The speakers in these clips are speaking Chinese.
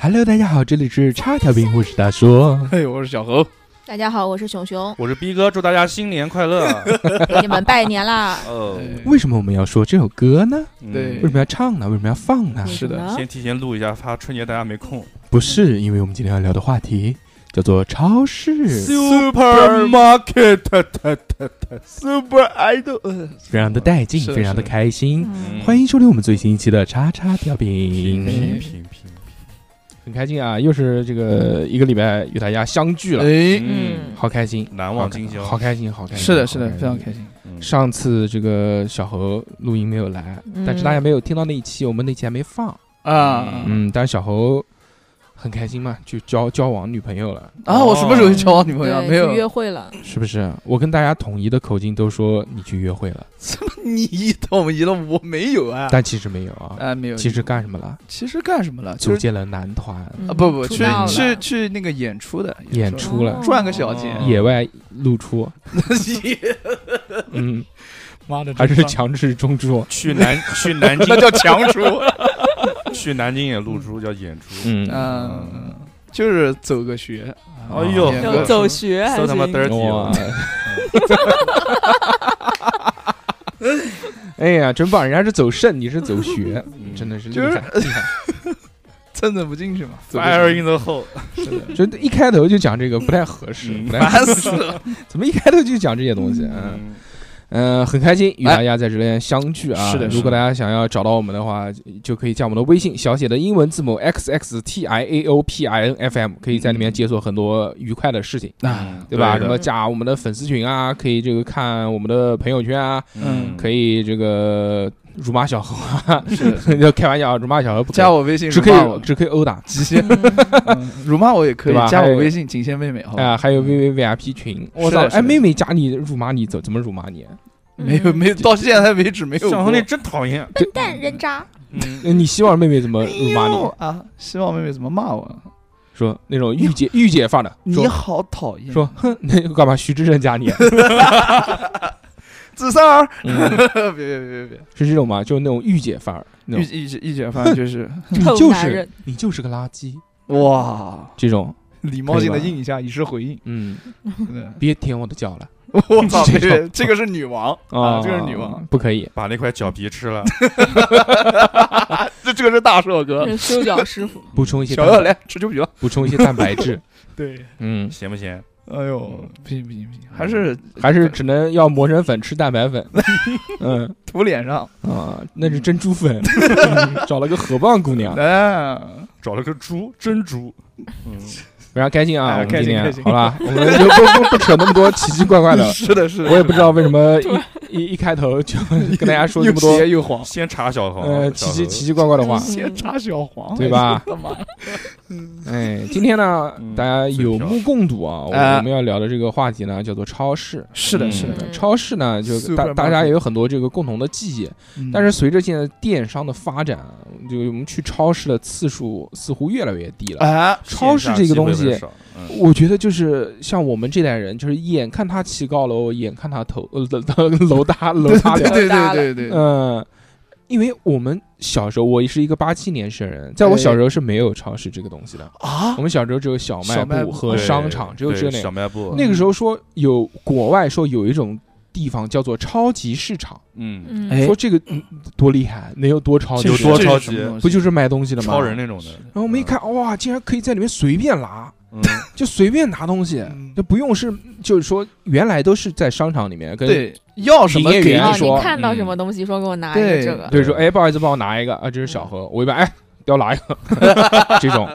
Hello，大家好，这里是叉调频护士大叔。嘿，我是小何，大家好，我是熊熊，我是逼哥，祝大家新年快乐。！给 你们拜年啦 哦，为什么我们要说这首歌呢？嗯对为什么要唱呢？为什么要放呢？是的你们先提前录一下，怕春节大家没空。不是因为我们今天要聊的话题叫做超市， Supermarket，Super Idol，非常的带劲是，的非常的是的开心。嗯欢迎收听我们最新一期的叉叉调平频平，平平，嗯很开心啊！又是这个一个礼拜与大家相聚了，哎，嗯嗯，好开心，难忘今宵。好开心，好开心。嗯是的，好是的，非常开心。嗯上次这个小猴录音没有来，嗯但是大家没有听到那一期，我们那期还没放。啊嗯，但是小猴很开心嘛，就交交往女朋友了，啊！我什么时候去交往女朋友啊？哦对，没去约有，会了，是不是？我跟大家统一的口径都说你去约会了，你移动移了，我没有啊。但其实没有啊。啊，没有。其实干什么了？其实干什么了？就组是建了男团，嗯啊，不不，出去道了去去那个演出的演出了哦赚个小 钱。野外露出，嗯，妈的，还是真棒强制中出，去南去南那叫京，强出。 去南京也露出叫演出。嗯，嗯，就是走个学。哎呦哦演有个走学还搜他妈行嘚儿哇！哎呀，真棒！人家是走肾，你是走学，嗯真的是厉就是害厉害。蹭蹭不进去嘛。走个，Fire 学 in the hole。是的，就一开头就讲这个不太合适，嗯不太烦 死了。怎么一开头就讲这些东西？嗯嗯，嗯，很开心与大家在这边相聚啊！哎是的是的如果大家想要找到我们的话，就可以加我们的微信小写的英文字母 x x t i a o p i n f m，可以在里面解锁很多愉快的事情，啊，对吧？对什的么加我们的粉丝群啊，可以这个看我们的朋友圈啊，嗯可以这个辱骂小 猴啊，是的。就开玩笑啊，辱骂小猴不可以加，我微信，只可辱骂我以只可以殴打极限。嗯辱骂我也可对吧以，加还我有微信锦仙妹妹，好吧？啊，还有 V V V I P 群，我是操的！是哎，的妹妹加你辱骂你怎怎么辱骂你？ 啊没嗯有，没有，到现在为止没有过。小红你真讨厌。笨蛋人渣，嗯，呃你希望妹妹怎么辱骂哎呦你？啊！希望妹妹怎么骂我？说那种御姐御姐范的，你说好讨厌！ 说哼，那干嘛？徐志胜加你，啊子三儿，嗯 别别别别 是这种吗？就是那种御姐范儿，那别，种一一姐一姐反正 就是你臭就男是人你就是个垃圾，哇，这种礼貌性的应一下，以示回应。嗯，真的别舔我的脚了 我操，这 这种个这个是女王 啊，这个是女王，，不可以。把那块脚皮吃了。这这个是大硕哥。嗯是修脚师傅，补充一些小蛋耀白，来吃秋菊了。补充一些蛋白 质，对，嗯，咸不咸？哎呦，不行不行不行，还是还是只能要磨成粉吃蛋白 粉，嗯涂脸上。啊，那是珍珠 粉，嗯找了个河蚌姑娘，哎，找了个猪，真猪。 嗯，非常开心啊！哎我们开今心开天心，好吧，我们就不不不扯那么多奇奇怪怪的 是的，是的，我也不知道为什么一一一开头就跟大家说这么 又多邪又 黄，先查小红。呃小奇奇猴奇奇怪怪的 话，嗯先插小黄，对吧？我的妈呀！嗯哎，今天呢，嗯大家有目共睹啊，我哎我们要聊的这个话题呢叫做超市。是的，嗯是的，嗯超市呢，就大 Supermarket 大家也有很多这个共同的记忆，但嗯是是随着现在电商的发展，就我们去超市的次数似乎越来越低了。啊，超市这个东线西，下机会很少，嗯我觉得就是像我们这代人，就是眼看他起高楼，眼看他头呃楼 楼 塌楼塌对了，对对对对对，嗯。因为我们小时候，我是一个八七年生人，在我小时候是没有超市这个东西的。啊我，们小时候只有小卖小卖部部和对商场，只有对这那小卖部。嗯那个时候说有国外说有一种地方叫做超级市场，嗯，嗯，哎说这个嗯多厉害，能有多超级？有是多这超是什么级东西不就是卖东西的吗？超人。那种的是。的然后我们一看，哇，竟然可以在里面随便拿，嗯，就随便拿东西，嗯就不用是就是说原来都是在商场里面跟对要什么营业给员啊，说你看到什么东西说给我拿一对个这个，对说，哎，不好意思，帮我拿一个啊，这是嗯小盒，我一般哎。要拿一个 这种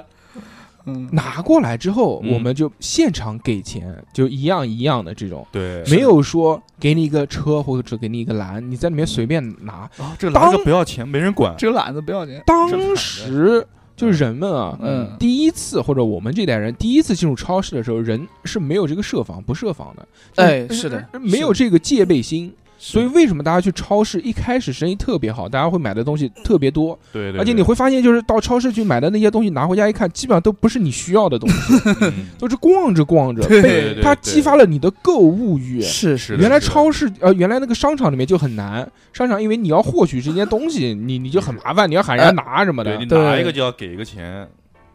嗯拿过来之后，嗯我们就现场给钱，就一样一样的这种，对，没有说给你一个车或者给你一个篮，你在里面随便拿。啊，这拿这个不要钱，没人 管。这个篮子不要钱，当时就人们啊，嗯第一次或者我们这代人第一次进入超市的时候，人是没有这个设防不设防的，呃哎，是的，没有这个戒备心。所所以为什么大家去超市一开始生意特别好，大家会买的东西特别多，对对，而且你对会发现，就是到超市去买的那些东西拿回家一看，基本上都不是你需要 的东西， 嗯都是逛着逛着，对被对对它对激发了你的购物欲。是是的原来是的超市呃，原来那个商场里面就很难，商场因为你要获取这些东西，你你就很麻烦，你要喊人家拿什么的哎对你。对拿一个就要给一个钱，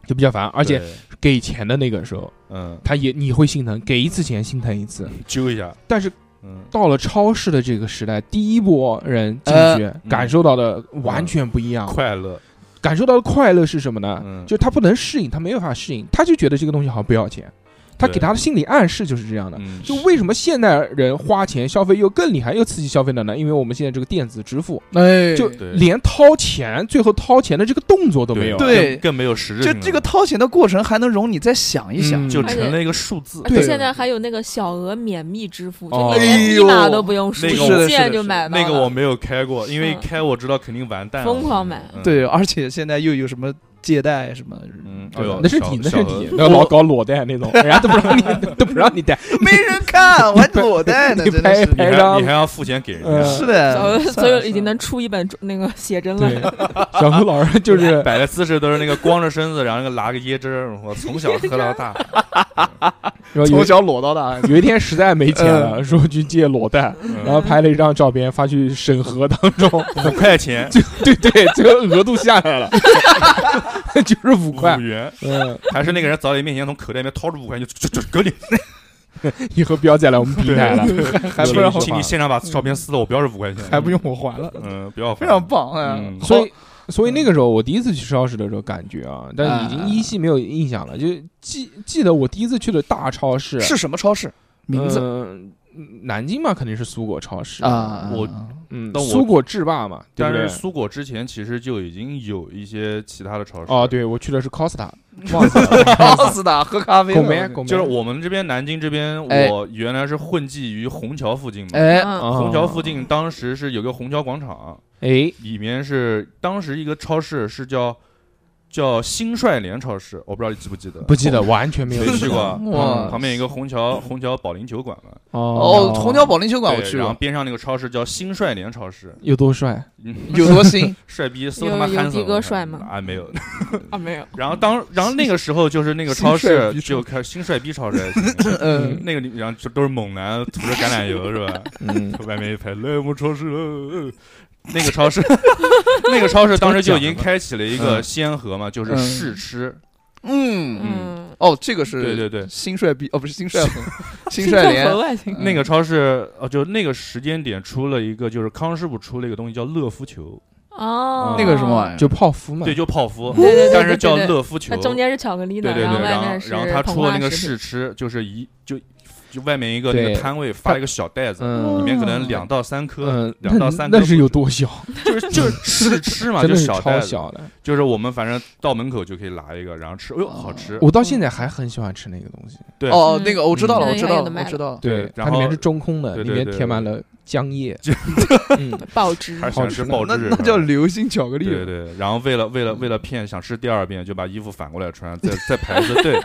就比较烦。而且对给钱的那个时候，嗯他也你会心疼，给一次钱心疼一次。揪一下，但是嗯到了超市的这个时代，第一波人进呃去、嗯感受到的完全不一样，快乐， 感受到的快乐是什么呢？嗯就是他不能适应，他没有办法适应，他就觉得这个东西好像不要钱，他对给他的心理暗示就是这样的。嗯就为什么现代人花钱消费又更厉害，又刺激消费了呢？因为我们现在这个电子支付，哎，就对连掏钱，最后掏钱的这个动作都没有。对更更没有实质就性了，这个掏钱的过程还能容你再想一想，嗯就成了一个数字而，且对现在还有那个小额免密支付，就哦你连密码都不用输，哎呦那个我一键就 买到那了。个我没有开过，因为嗯开我知道肯定完蛋了，疯狂买嗯，对，而且现在又有什么借 贷什么，嗯，哎对吧哦呦，啊那是小你，那小是额你，那老搞裸贷那种，人家都不让你，都不让你贷。没人看，我还裸贷呢，你真的拍是一，拍你还张你还要付钱给人呃家，是的，小额算了所有已算经了能出一本那个写真对了。，小何老师 就是 摆的姿势都是那个光着身子，然后那个拿个椰汁儿，我从小喝到大，说有从小嗯裸到大，有一天实在没钱了，说去借裸贷，嗯然后拍了一张照片发去审核当 中，五块 钱，对对，这个额度下来了，就是五五块。元，嗯，还是那个人早点面前从口袋里面掏出五块钱，就就就给你，以后不要再来我们平台了，还不请让你我请你还现场把照片撕了，我嗯不要这五块钱，还不用我还了，嗯，不要，非常，棒哎嗯！好所以。所以那个时候，我第一次去超市的时候，感觉啊，但已嗯经依稀没有印象了。就记记得我第一次去的大超市啊是什么超市名字呃嗯南京嘛，肯定是苏果超市啊？我嗯那，我苏果制霸嘛，对但不对是？苏果之前其实就已经有一些其他的超市哦，，对，我去的是 Costa，忘记了，忘死的，喝咖啡了拱门，拱门就是我们这边南京这边，哎我原来是混迹于虹桥附近嘛，哎，嗯，啊虹桥附近当时是有个虹桥广场，哎，里面是当时一个超市是叫叫新帅联超市，我不知道你记不记得，不记得，完全没有没印去象过啊。哇嗯旁边有一个虹桥虹桥保龄球馆嘛，哦，虹桥保龄球馆我对去然后过，边上那个超市叫新帅联超市，有多帅？嗯，有多 新？帅逼，搜有他妈有憨迪死哥帅吗啊，没有。啊，没有，然后当然后那个时候就是那个新超帅市逼就开始新帅逼超市 还行，嗯，那个里然后就都是猛男涂着橄榄油是吧？嗯，外面一排莱姆超市，呃呃那个超市， 那个超市当时就已经开启了一个先河嘛，就是试吃。嗯，嗯，哦，这个是对对对，新帅逼哦，不是新 帅猴，新帅联嗯河外行，那个超市呃，就那个时间点出了一个，就是康师傅出了一个东西叫乐福球，哦，那个什么啊玩意 儿？就泡芙嘛，对，就泡芙对对对，对但是叫对对乐福球它，中间是巧克力对的，对对，后外然面后是然后他膨出了那化个食试吃，就是一就就外面一个对那个摊位发一个小袋子，呃里嗯面可能两到三颗，嗯，两那到三颗那是有不止多小？就是就是试吃 嘛，真就的是小超袋子，小的。就是我们反正到门口就可以拿一个，然后吃，哎呦好吃，我到现在还很喜欢吃那个东西。对哦，嗯那个我知道了，嗯我知道有的了，卖我了知道了。对然它里面后是中空的，嗯对里对面对填满了浆 液。嗯，品爆汁，还是想吃爆那汁，那叫流心巧克力。对对，然后为了为了为了骗想吃第二遍，就把衣服反过来穿，再再排一个队，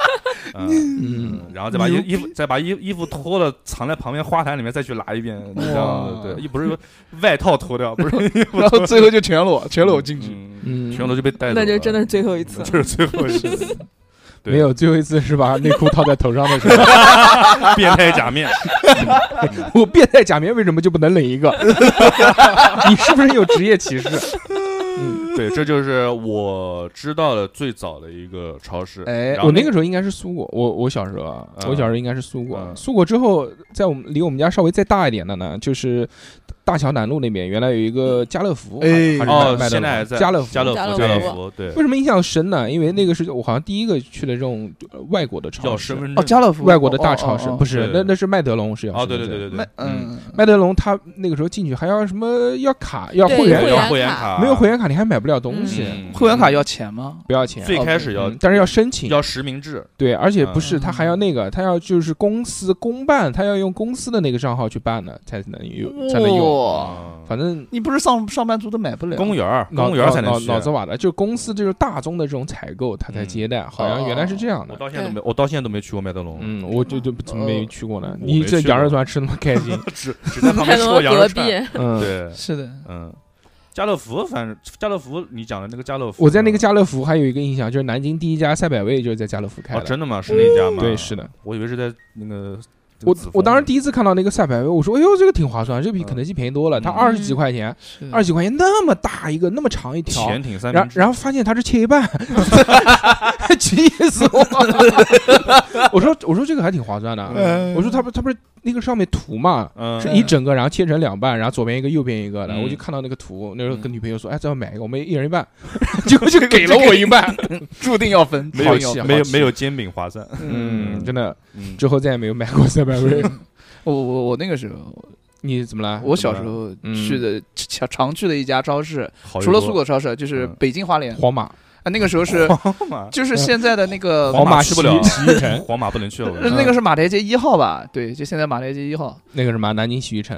嗯，然后再把衣牛衣服再把衣衣服脱了，藏在旁边花坛里面再去拿一遍，这样子哇对，又不是外套脱掉，不是然后最后就全裸，全裸进去。嗯嗯全裸就被带走了，那就真的是最后一次那。就是最后一次， 对没有最后一次是把内裤套在头上的时 候，变态假面，我变态假面为什么就不能领一 个？你是不是有职业歧视？嗯，对，这就是我知道的最早的一个超市。哎然后我那个时候应该是苏果，我我小时候啊，嗯我小时候应该是苏果。嗯苏果之后，在我们离我们家稍微再大一点的呢，就是大桥南路那边原来有一个家乐福，还哎是卖哦，卖的现在还在家乐乐福家乐家福乐家乐福福，对，为什么印象深呢？因为那个是我好像第一个去的这种呃外国的超要市身，份哦，证家乐福，外国的大超市哦哦哦不是对，那那是麦德龙是要哦，身对份证对对对对卖，嗯，麦德龙他那个时候进去还要什么要卡要对会会员卡，员要会员卡卡，没有会员卡你还买不了东西，嗯会员卡要钱吗？不要钱。最开始要嗯但是要申请，要实名制，对，而且不是嗯他还要那个，他要就是公司公办，他要用公司的那个账号去办的，才能有才能用。哇，反正你不是上上班族都买不了。啊嗯公务员儿，哦脑公务员儿才能脑去。嗯脑子瓦的，就公司就是大宗的这种采购，他才接待，好像原来是这样我的。到现在都没，我到现在都没去过麦德龙，嗯，我就就怎么没去过呢？我你没这去过羊肉串吃那么开心， 只只在旁麦边吃当过劳羊肉隔串。壁，嗯，对，是 的，嗯，家乐福，反正家乐福，你讲的那个家乐福，我在那个家乐福还有一个印象，就是南京第一家赛百味就是在家乐福开哦，的。真的吗？是那一家吗？对，是的，我以为是在那个。我紫峰我当时第一次看到那个赛百味，我说：“哎呦，这个挺划算，这比肯德基便宜多了。”它嗯二十几块钱，是二十几块钱那么大一个，那么长一条，潜艇三然明治，然后发现它是切一半，气死我！了！ 我说我说这个还挺划算的，嗯我说他不他不是那个上面图嘛，嗯是一整个，然后切成两半，然后左边一个，右边一个的。嗯我就看到那个图，那时候跟女朋友说：“哎，咱们买一个，我们一人一半。” 结果就给了我一半。注定要分，没好有气好没有没有气没有煎饼划算，嗯，真的，嗯，之后再也没有买过赛百味。我我我那个时候，你怎么啊了？我小时候嗯去的常常去的一家超市，好除了有苏多果超市，就是嗯北京花莲皇马，啊，那个时候是皇马，就是现在的 那个皇马马去不了洗浴洗浴城，皇马不能去了，我呃那个是马台街一号吧？对，就现在马台街一号，那个什么南京洗浴 城，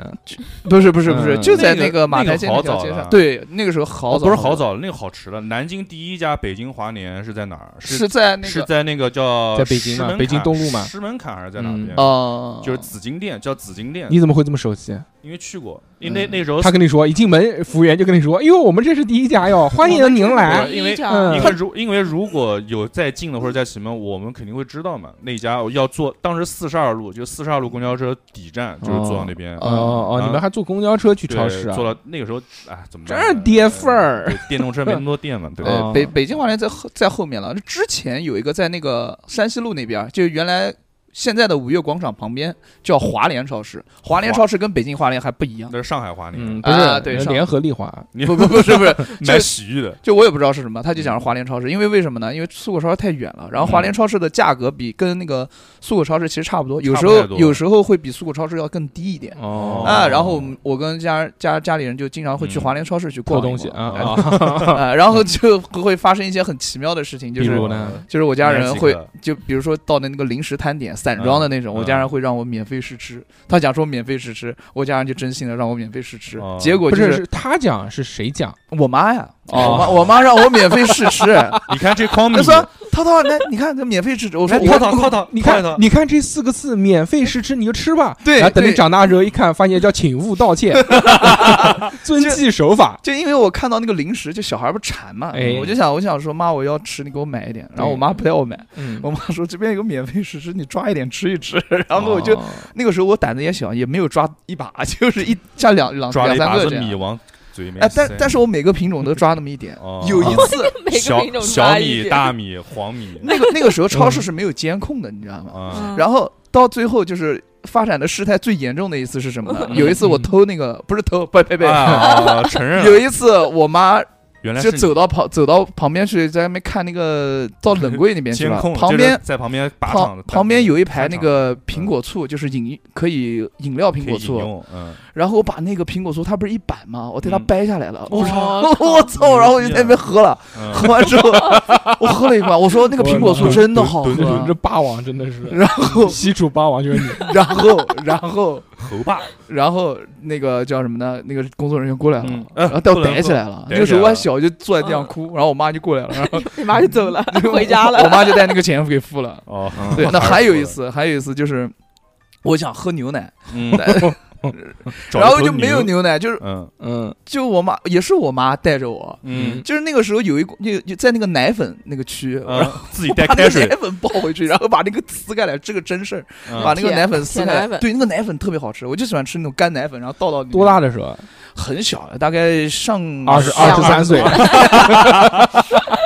不是不是不是，嗯就在那个个马台街那个好条早街了上。对，那个时候好哦早，不是好，早，那个好吃了。南京第一家北京华联是在哪儿？是在那是个在那个叫在北京石嘛门北京坎东路嘛石门坎还是在哪嗯边？哦，就是紫金店，叫紫金店，你怎么会这么熟悉？因为去过，因为嗯那那时候他跟你说，一进门服务员就跟你说：“哎呦，我们这是第一家哟，欢迎您来。因为第一家嗯因为如因为如果有在近的或者在前面，我们肯定会知道嘛。那家要坐，当时四十二路，就四十二路公交车底站，就是坐到那边”哦哦哦，啊你们还坐公交车去对超市啊坐？到那个时候，哎，怎么真办是呢嗯跌份儿对电动车没那么多电嘛，对吧？ 哦呃，北北京华联在后在后面了。之前有一个在那个山西路那边，就原来现在的五月广场旁边叫华联超市。华联超市跟北京华联还不一样，那是上海华联嗯，，不啊是，对人上联合利华你不不不是不是，买洗浴的，就我也不知道是什么，他就嗯讲是华联超市，因为为什么呢？因为苏果超市太远了，然后华联超市的价格比跟那个苏果超市其实差不多，有时差候不太多有时候会比苏果超市要更低一点。哦啊，然后我们我跟家家家里人就经常会去华联超市去嗯偷逛一东逛西啊哎啊， 啊，然后就会发生一些很奇妙的事情，就比是如呢，就是我家人会买几就个比如说到的那个零食摊点散装的那种，嗯我家人会让我免费试吃，他讲说免费试吃，我家人就真心的让我免费试吃哦，结果不就是是是他讲是谁讲？我妈呀，哦我妈我妈让我免费试吃，你 看这筐 米他，说：“涛涛，那你看这免费吃，我说哎我涛涛涛涛，你看看，你看这四个字，免费试吃，你就吃吧。对然后等你对长大之后一看，发现叫请勿盗 窃，遵纪守法。就因为我看到那个零食，就小孩不馋嘛哎，我就想我想说妈，我要吃，你给我买一点。然后我妈不带我买，嗯我妈说这边有个免费试吃，你抓一点吃一吃。哦然后我哦就那个时候我胆子也小，也没有抓一把， 就是一像两两抓了啊两一三把个子这米样。往嘴里面哎塞。，但但是我每个品种都抓那么一点哦。有一次， 每个小品种小抓一米、点大米、黄米 那个那个时候超市是没有监控的，你知道吗？啊，嗯然后到最后就是发展的事态最严重的一次是什 么呢？嗯有一次我偷那个不是偷，不呸呸， 啊，承认有了，一次我妈原来就是走到旁走到旁边去，在那边看那个 到冷柜那边去监了控，，旁就是边。在旁边靶场旁的旁边有一排那靶场嗯个苹果醋，就是饮可以饮料苹可以果饮醋，用， 嗯，然后我把那个苹果醋，它不是一板吗？我对它嗯掰下来了， 我哦操，我操！然后我就在那边喝了，嗯喝完之后我喝了一罐，我说那个苹果醋真的好蹲蹲喝啊这，霸王真的是然 后西楚霸王就是你， 然后然后猴爸，然后那个叫什么呢？那个工作人员过来了嗯，呃然后带不我能逮起喝来了。逮那个起时候来我还了。小，就坐在地上哭，然后我妈就过来了，然后 你妈就走 了，回家我了。妈就带那个钱给付 了哦，对，那还有一次，还有一次就是，我想喝牛奶， 嗯，找了然后头就没有，牛奶，就是嗯嗯，就我妈也是我妈带着我，嗯，就是那个时候有一股有有在那个奶粉那个区，然后嗯，自 己带把那开个水奶，粉抱回去，然后把那个撕开来，这个真事儿，嗯 把那个舔奶粉撕舔开奶来，粉对，那个奶粉特别好吃，我就喜欢吃那种干奶粉，然后倒到里面多？大的时候？啊很小的，大概上二十像二十三岁，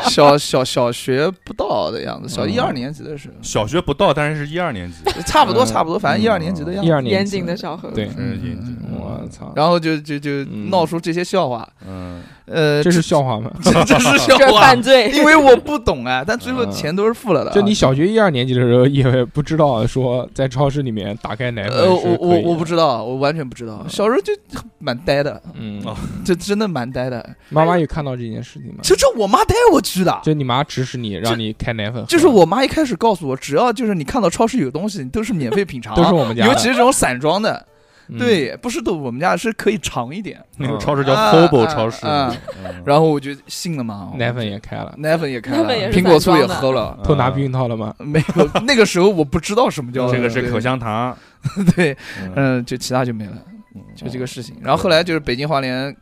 小小小学不到的样子，小一二年级的时 候，小学不到，但是是一二年级，差不多嗯差不多，反正一二年级的样一子。二年严级谨的小猴，对嗯眼睛嗯我操，然后就就就嗯闹出这些笑话，嗯，呃，这是笑话吗？这 这是笑这是话犯，罪。因为我不懂啊，但最后钱都是付了的啊。就你小学一二年级的时候，也不知道说在超市里面打开奶粉呃，我是可我以的我不知道，我完全不知道。小时候就蛮呆的，嗯，哦这真的蛮呆的。妈妈有看到这件事情吗？就这我妈带我去的，就你妈指使你让你开奶粉喝，就是我妈一开始告诉我，只要就是你看到超市有东西，你都是免 费品尝，都是我们家的，尤其是这种散装的，嗯，对，不是都我们家是可以尝一点。那个超市叫啊 Hobo 啊超市，啊嗯然后我就信了嘛，奶粉也开了，奶粉也开了奶粉也，是苹果醋散也装的喝了。嗯偷拿避孕套了吗？没有， 那个时候我不知道什么叫这个是口香。香糖，对，嗯嗯，就其他就没了，嗯就哦这个事情。然后后来就是北京华联，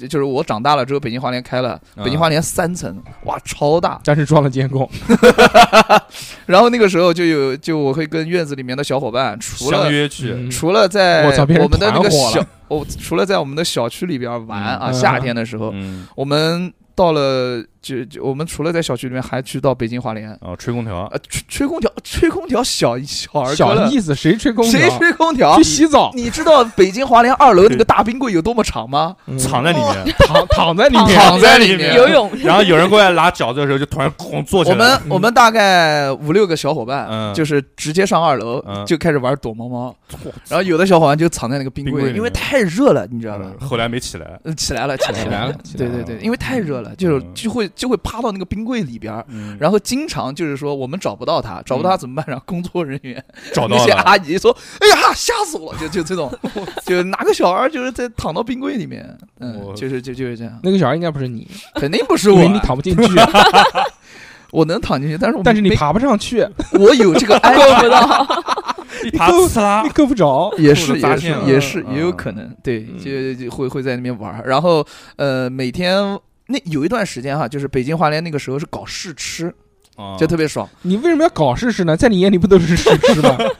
呃就是我长大了之后，北京华联开了，嗯北京华联三层，哇，超大。但是装了监控，然后那个时候就有，就我会跟院子里面的小伙伴，除了相约去，嗯除了在我操变成我们的那个团伙小了，我除了在我们的小区里边玩啊，嗯夏天的时候，嗯我们到了就就我们除了在小区里面，还去到北京华联。啊，吹空调啊，吹吹空调，吹空调小小儿科小了，意思，谁吹空调？谁吹空调去？洗澡，你知道北京华联二楼那个大冰柜有多么长吗？嗯藏在里哦面，躺躺在里面，躺在里面游泳， 然后有人过来拿饺子的时候，就突然哐坐起我来了。们我们大概五六个小伙伴，嗯就是直接上二楼嗯就开始玩躲猫猫，我然后有的小伙伴就藏在那个冰冰柜柜里里，面因为太热了，你知道吧嗯？后来没起来，呃起来了，起起来了，起来对了对对，因为太热了，就是嗯就会就会趴到那个冰柜里边儿，嗯然后经常就是说我们找不到他，找不到他怎么办？然后工作人员找那到些了，阿姨说：“哎呀，吓死我了！”就就这种，就拿个小孩儿就是在躺到冰柜里面，嗯，我就是就就是这样，那个小孩应该不是你， 肯定不是因我为你啊，躺不进去，我能躺进去，但是我但是你没爬不上去，我有这个安 够全不感，到，一爬呲 啦你，够不着。也裤是子扎也是线了也是嗯也有可能，对，嗯就就会会在那边玩儿，然后呃，每天。那有一段时间哈，就是北京华联那个时候是搞试吃，啊就特别爽。你为什么要搞试试呢？在你眼里不都是试吃吗？嗯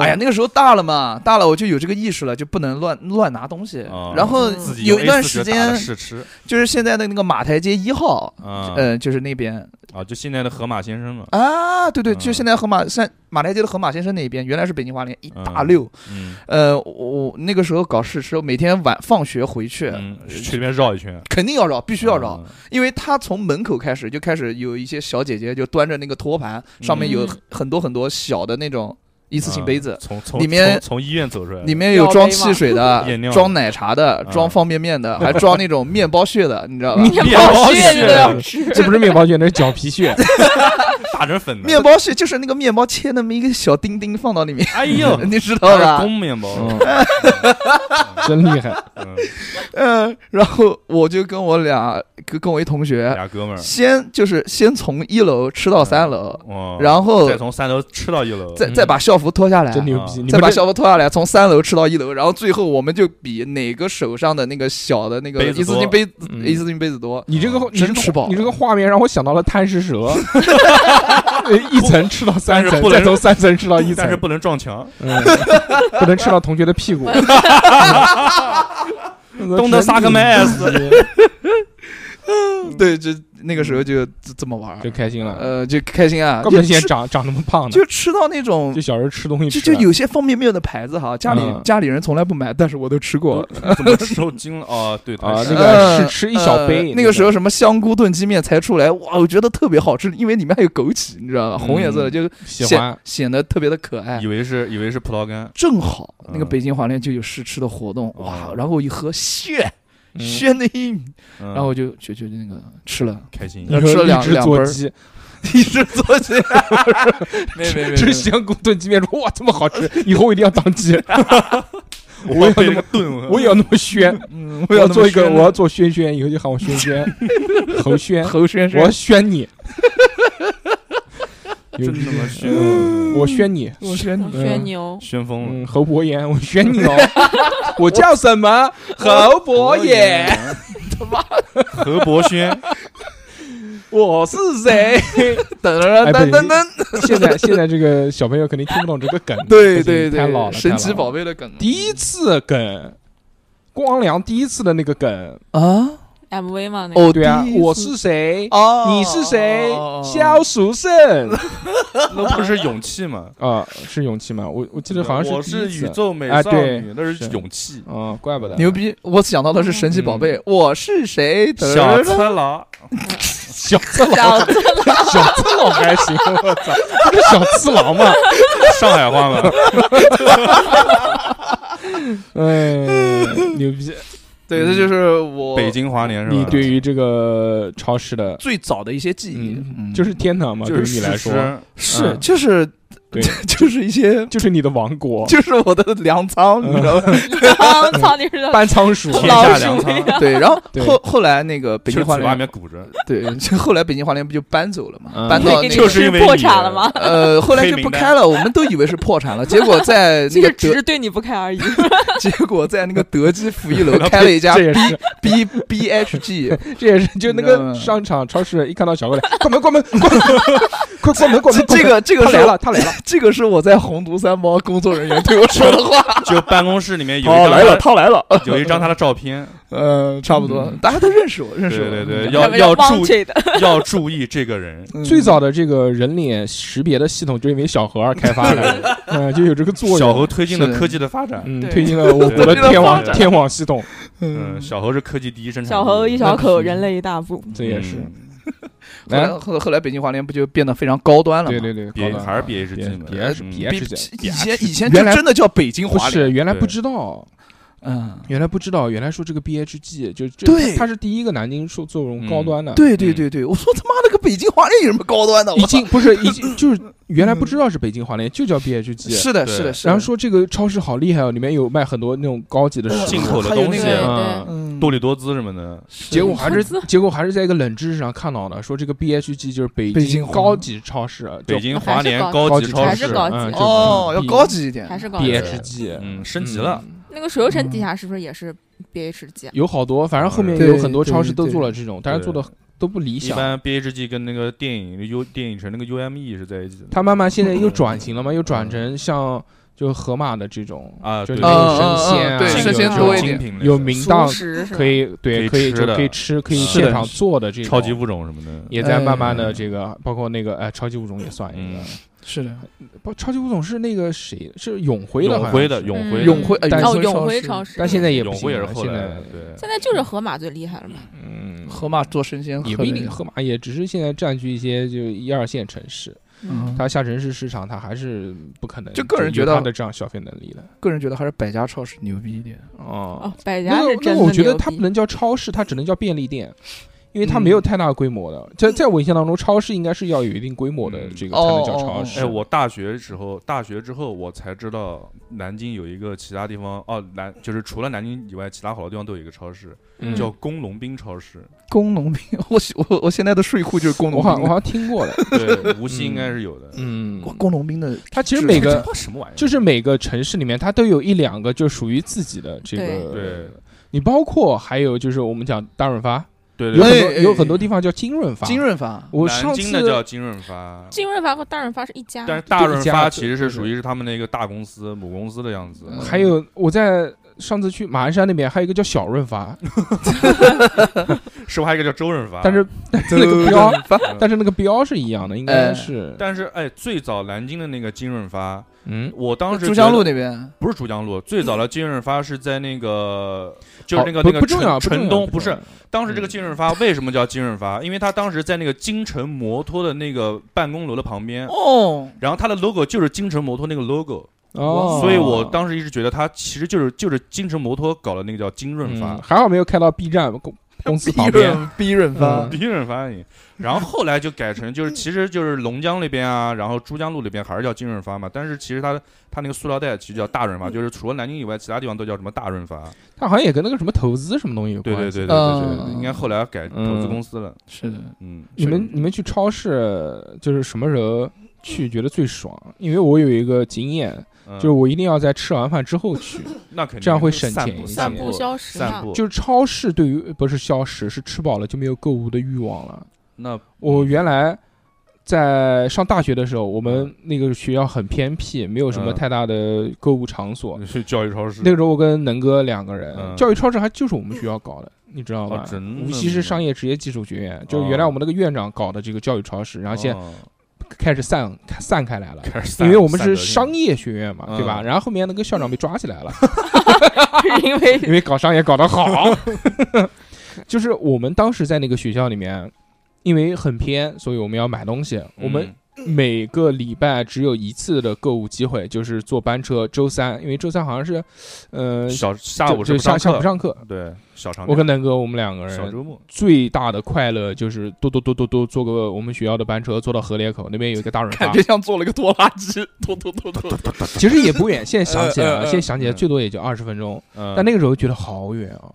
哎呀，，那个时候大了嘛，大了我就有这个意识了，就不能乱乱拿东西哦。然后自己有一段 A4 时纸打间了，试吃就是现在的那个马台街一号，啊嗯，就是那边啊，就现在的河马先生嘛，啊，对对，嗯就现在河马山马台街的河马先生那一边，原来是北京华联一大嗯溜。嗯呃，我我那个时候搞试吃，每天晚放学回去。嗯，去那边绕一圈，肯定要绕，必须要绕，嗯，因为他从门口开始就开始有一些小姐姐就端着那个托盘，上面有嗯很多很多小的那种一一次性杯子，啊从从里面从从医院走出来的，里面有药装杯汽嘛水的 验嗯尿，装奶茶的，嗯装方便面 的，还装那种面包屑的，你知道吧？面面包包屑屑你都要吃，这不是面包屑，那是脚皮屑。打成粉的，面包屑就是那个面包切那么一个小丁丁放到里面，，哎呦 你知道那是吧？公面包，嗯，真厉害。嗯， 嗯，然后我就跟我俩跟跟我一同学，嗯 俩哥们儿，先就是先从一楼吃到三楼，哦，然后再从三楼吃到一楼，再嗯再把校服脱下来，真牛逼！啊你再们把这校服脱下来，从三楼吃到一楼，然后最后我们就比哪个手上的那个小的那个杯子一次性多杯子嗯一次性杯子多。你这个你这能吃个饱你这个画面让我想到了贪食蛇，一层吃到三但是层，不再能从三层吃到一层但是，不能 撞墙，嗯，不能吃到同学的屁股。嗯东德萨克麦，麦斯，对，就那个时候就这这么玩儿嗯就，开心了。呃，就开心啊，怪不得就现在吃长长那么胖呢，就吃到那种就小时候吃东西就吃啊就的。有些方便面的牌子哈，家里、嗯家里人从来不买，但是我都吃过。怎么受惊了？哦，对啊，他那是个试呃吃一小杯呃，那个时候什么香菇炖鸡面才出来，哇，我觉得特别好吃，因为里面还有枸杞，你知道吧？红颜色嗯的，就是喜欢显显得特别的可哎爱以。为是以为是葡萄干，正好嗯那个北京华联就有试吃的活动，哦哇！然后我一喝，炫嗯炫的硬，嗯然后我就就就那个吃了，开心 你，说吃了两一只两做盆儿鸡， 一直做 起来，没 没没吃没香菇炖鸡面，说哇这么好吃，以后一定要当 鸡，我我也被那这么个 炖，我也要那么宣，嗯，我要做一个，我要我做轩轩，以后就喊我轩轩，侯轩，侯先我要，生宣 你，有真他妈炫嗯我宣你，我宣 你，旋牛，宣疯了，嗯，侯伯言，我宣你 哦，我叫什么？侯伯言， 何伯轩，我是 谁？等等哎等不等等， 现在现在这个小朋友肯定听不懂这个梗，对不行对对，太老了，神奇太老了宝贝的梗，第一次梗，光良第一次的那个梗，啊， MV 嘛，那个哦，对啊第，一我次是谁？哦，你是谁哦？萧淑慎那不是勇气吗？啊，是勇气吗？我我记得好像我是是第一宇次宙美哎少对女，那是是勇气，啊，怪不得牛逼！我想到的是神奇宝贝，我是谁？小次郎，小次郎，小子小次郎还行，我操，不是小次郎吗？上海话 吗？哦哎，牛逼！对，这就是我北京华联是吧？你对于这个超市的，最早的一些记忆，嗯，嗯就是天堂嘛，就对是于你来说，事是嗯就是对 哦就是一些就是你的王国，就是我的粮仓，你知道吗？嗯 哦我操，你知 道，搬仓鼠实，天老下鼠粮仓一，样对，然后对后后来那个北就是京华嘴巴里联，面鼓着，对，就后来北京华联不就搬走了嘛？嗯搬到给那你个哦就是因为你破产了吗？呃，后来就不开了，我们都以为是破产了，结果在其那个实只德，是对你不开而已， 结果在那个德基负一楼开了一家这也是 B B H G， 这也是，就那你知个道嗯 吗商场超市一看到小哥来，关门关门关门，快关门关这门，这个这个他是来了他来了，这个是我在红毒三包工作人员对我说的 话。就办公室里面 有一哦好哦张来了，他他来了， 呃有一张他的照片，呃，差不多嗯，大家都认识我，认识我。对对对嗯要 两个叫要注 Wanted 的， 要注意这个人。嗯最早的这个人脸识别的系统就因为小何而开发 的，嗯，就有这个作小用。何推进是了科技的发展，嗯，对推进了我国的 对天网推进了发展天网系统，嗯，嗯，小何是科技第一生产力。小河一小口，那必须人类一大步。这也是。嗯后来来，后后来北京华联不就变得非常高端了对吗？对对，别高端还是别一时别进门，别是嗯别比是这以前以前就原来真的叫北京不华联，是原来不对知道，嗯，原来不知道，原来说这个 BHG 就这，对它是第一个南京受作为嗯高端的，对对对对，我说他妈那个北京华联有什么高端的？ 我已操经不是已经就是原来不知道是北京华联，就叫 BHG，是的，对是的，是的。然后说这个超市好厉害哦，里面有卖很多那种高级的食进品口的还有东那西，啊嗯，个嗯，多利多姿什么的，结果还是投资结果还是在一个冷知识上看到的，说这个 BHG 就是北北京高级超市，就北京华联还是高高高级级超还是市，高级嗯就哦，要比高级一点，还是搞 BHG，嗯，升级了。嗯那个水游城地下是不是也是 BHG？啊有好多，反正后面对有很多对超市都对做了这种，但是对做的都不理一想。般 BHG 跟那个电影 U 电影城那个 UME 是在一起的。它慢慢现在嗯又转型了嘛，又转成像就河马的这种啊就是对有生嗯嗯鲜嗯啊，对这有个生鲜这就多种是一点精品类的有名档熟食是吧可以对可可以以吃就的可以吃，可以是的现场做的这种超级。物种什么的，也在慢慢的这个，包括那个呃，超级物种也算一个嗯。是的，不，超级物种是那个谁是永辉的，永辉的永嗯辉的永辉，哎但哦，是永辉超超市，市。但现在也不永行辉也是了后现来在的，对现在就是河马最厉害了嘛？嗯，河马做生鲜，也河不一北定，河马也只是现在占据一些就一二线城市，嗯它下沉市市场它还是不可能就个人有觉得它的这样消费能力的个人觉得还是百家超市牛逼一点。哦哦，百家那个是那真个的我觉得牛它逼不能叫超市，它只能叫便利店。因为它嗯没有太大规模的，在在我印象当中，超市应该是要有一定规模的嗯这个才能哦叫哦超哦市。哎，我大学的时候，大学之后我才知道南京有一个其他地方哦，南就是除了南京以外，其他好多地方都有一个超市，嗯叫工农兵 超市。工农兵， 我喜我我现在的睡裤就是工农我好像我兵好的，像听过的，对，无锡应该是有的。嗯，哇工农兵的它其实每这个他妈什么玩意儿？就是每个城市里面，它都有一两个就属于自己的这个。对对，你包括还有就是我们讲大润发，对有对，很哎多哎有很多地方叫金润发。金，润发，我南上京的叫次金润发，金润发和大润发是一家，但是大润发对嗯其实是属于是他们那个大公司母公司的样子。还有我在上次去马鞍山那边还有一个叫小润啊发，是不是还有一个叫周润发？但是但是那个标，发嗯但是那个标是一样的，应该是但是哎，最早南京的那个金润发，嗯，我当时珠江觉得路那边，不是珠江路，最早的金润发是在那个，就是那个好哦不那个不重要，城城重要嗯东，不是。当时这个金润发为什么叫金润发？因为他当时在那个京城摩托的那个办公楼的旁边，哦，然后他的 logo 就是京城摩托那个 logo，哦，所以我当时一直觉得他其实就是就是京城摩托搞的那个叫金润发嗯，还好没有开到 B 站公公 司旁逼边。润逼润发嗯，金润发而已。然后后来就改成就是其实就是龙江那边啊，然后珠江路那边还是叫金润发嘛，但是其实他他那个塑料袋其实叫大润嗯发，就是除了南京以外，其他地方都叫什么大润发。它好像也跟那个什么投资什么东西有对关对系。对对对嗯对嗯对，应该后来改投资公司了。是的，嗯，你们是你们去超市就是什么时候去觉得最爽？因为我有一个经验，嗯就是我一定要在吃完饭之后 去。那肯定这样会省散钱步一些散散步步消食散嘛。步，就是超市对于不是消食，是吃饱了就没有购物的欲望了。那我原来在上大学的时候，我们那个学校很偏僻，没有什么嗯太大的购物场所。去教育超市那个时候我跟能哥两个人，嗯教育超市还就是我们学校搞的，你知道哦吧？真的无锡市吗商业职业技术学院，就是原来我们那个院长搞的这个教育超市，然后现在哦开始散散开来了。开始散因为我们是散商业学院嘛，对吧？嗯然后后面那个校长被抓起 来了，是 因为 因为搞商业搞得好。就是我们当时在那个学校里面，因为很偏，所以我们要买东西。步我们每个礼拜只有一次的购物机会，就是坐班车。周三，因为周三好像是，呃嗯，小下午就是就不下上下午课，不上课。对小长我跟南哥我们两个小人周末最大的快乐就是嘟嘟嘟嘟嘟坐个我们学校的班车，坐到河裂口那边有一个大润发感觉，像做了个拖拉机，拖拖拖拖，拖其实也不 远。现在想起来呃了，呃现在想起来嗯最多也就二十分钟，嗯，但那个时候觉得好远啊。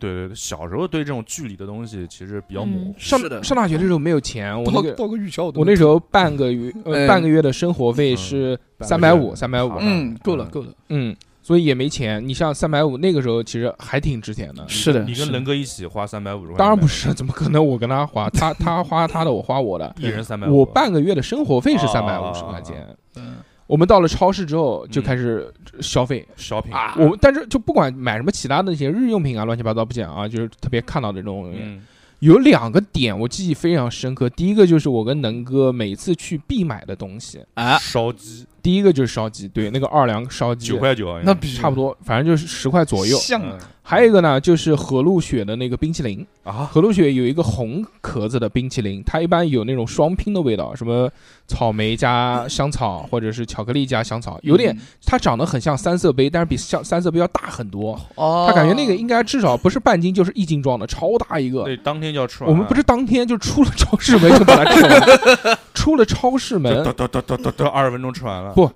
对对对，小时候对这种距离的东西其实比较模糊嗯，上是的上大学的时候没有钱，我那到个到个玉桥，我那时候半个月呃嗯哎半个月的生活费是三百五，三百好五的，嗯，够了够了，嗯，所以也没钱。你像三百五那个时候其实还挺值钱的，是的，你跟能哥一起花三百五十块，当然不，是，啊 怎么可能我跟他花，他他花他的，我花我的。一人三百，我半个月的生活费是哦三百五十块钱，嗯我们到了超市之后就嗯开始消费，小品，啊，我但是就不管买什么其他的那些日用品啊，乱七八糟不讲啊，就是特别看到的这种东西。嗯有两个点我记忆非常深刻，第一个就是我跟能哥每次去必买的东西，啊，烧鸡第一个就是烧鸡，对，那个二两烧鸡九，块九啊，那必嗯须差不多，反正就是十块左右。像嗯啊还有一个呢，就是和路雪的那个冰淇淋，啊，和路雪有一个红壳子的冰淇淋，它一般有那种双拼的味道，什么草莓加香草，或者是巧克力加香草，有点嗯它长得很像三色杯，但是比像三色杯要大很多。哦，它感觉那个应该至少不是半斤就是一斤装的，超大一个。对，当天就要吃完。我们不是当天就出了超市门就 把它吃完，出了超市就门，哒哒哒哒哒哒，二十分钟吃完了不，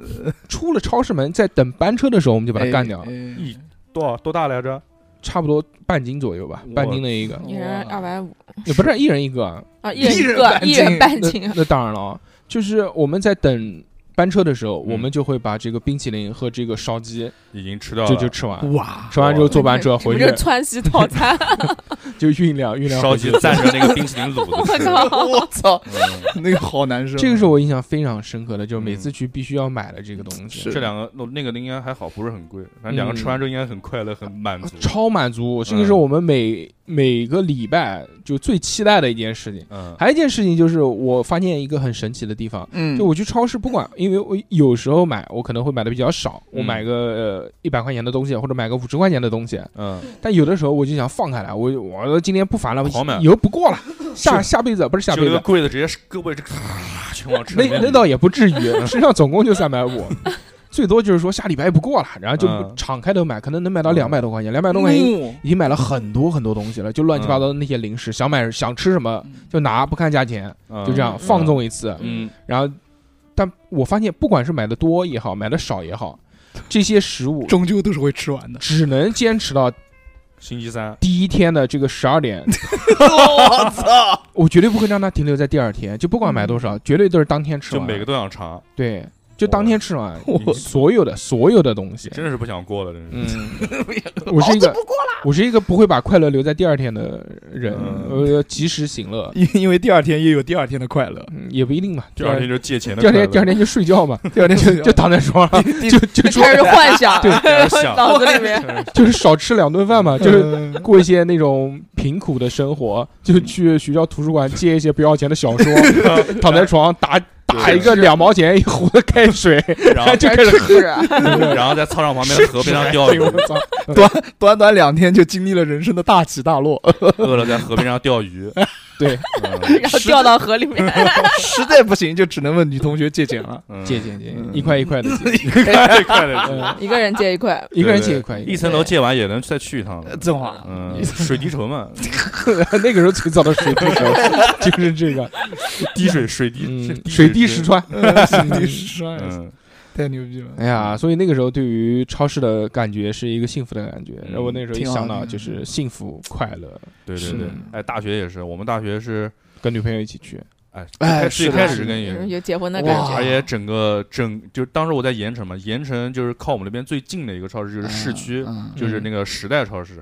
出了超市门，在等班车的时候我们就把它干掉了，哎一多少多大来着？差不多半斤左右吧，我半斤的一个，一人二百五也不是一人一个啊，啊，一一人一人个，半一人 半斤那 斤，那当然了啊，就是我们在等班车的时候，嗯我们就会把这个冰淇淋和这个烧鸡已经吃掉就了就。吃完， 哇，吃完之后坐班车这不回去就是川西套 餐，就酝酿酝酿烧回鸡去。蘸着那个冰淇淋我 卤子吃。靠！我操，嗯那个好难受。啊这个是我印象非常深刻的，就是每嗯次去必须要买的这个东西，是这两个那那个应该还好，不是很贵，反正两个吃完之后应该很快乐，很满足。超满足。这个是我们每、每个礼拜就最期待的一件事情。嗯，还有一件事情就是，我发现一个很神奇的地方，嗯，就我去超市，不管，因为我有时候买，我可能会买的比较少，我嗯买个呃一百块钱的东西，或者买个五十块钱的东西，嗯，但有的时候我就想放开来，我我今天不烦了，狂买以后不 过了，下下辈子不是下就辈那个子，柜子直接是胳膊这咔全往吃那里面那挤倒也不 至于，身上总共就三百五，最多就是说下礼拜不过了，然后就嗯敞开头买，可能能买到嗯两百多块钱，两百多块钱。怒已经买了很多很多东西了，就乱嗯七八糟的那些零食，想买想吃什么就拿，不看价钱，嗯就这样嗯放纵一次。嗯，然后，但我发现，不管是买的多也好，买的少也好，这些食物。终究都是会吃完的只能坚持到星期三第一天的这个十二点，哦 我操，我绝对不会让它停留在第二天，就不管买多少，绝对都是当天吃嗯就完。每个都想尝，对，就当天吃完我所有的所有的东西。真的是不想过了，真是。 嗯，我是一个我是一个不会把快乐留在第二天的人，嗯呃，及时行乐，因因为第二天也有第二天的快 乐，嗯也不一定嘛。第二天就是借钱的第二天，第快二乐天就睡觉嘛，第二天 就啊就躺在床上，就就说开始幻想，对开 始想脑子里 面就是少吃两顿嗯饭嘛，就是嗯过一些那种贫苦的生活，就去学校图书馆借一些不要钱的小说，躺在床上 打打一个两毛钱一壶的开水，然 后就开始 是然后在操场旁边的河边上钓嗯哎鱼 呦，我操！短短两天就经历了人生的大起大 落，饿了在河边上钓鱼，对，嗯然后掉到河里面， 实在不行就只能问女同学借钱了。嗯借借借，嗯一块一块的 借，太快乐了，嗯一个人借一块，一个人对借一块，一层楼借完也能再去一趟呃了。正话， 嗯，水滴筹嘛， 那个时候最早的水滴筹 就是这 个，滴水水滴嗯，水滴石。穿。你帅，嗯，太牛逼了！哎呀，所以那个时候对于超市的感觉是一个幸福的感觉，嗯然后我那时候一挺好想的到就是幸福快乐，对对是对的，哎，大学也是，我们大学是，跟女朋友一起去，哎，哎最是的开始跟也有是。有结婚的对感哇觉，而且整个整就是当时我在盐城嘛，盐城就是靠我们那边最近的一个超市，就是市区，嗯就是那个时代超市。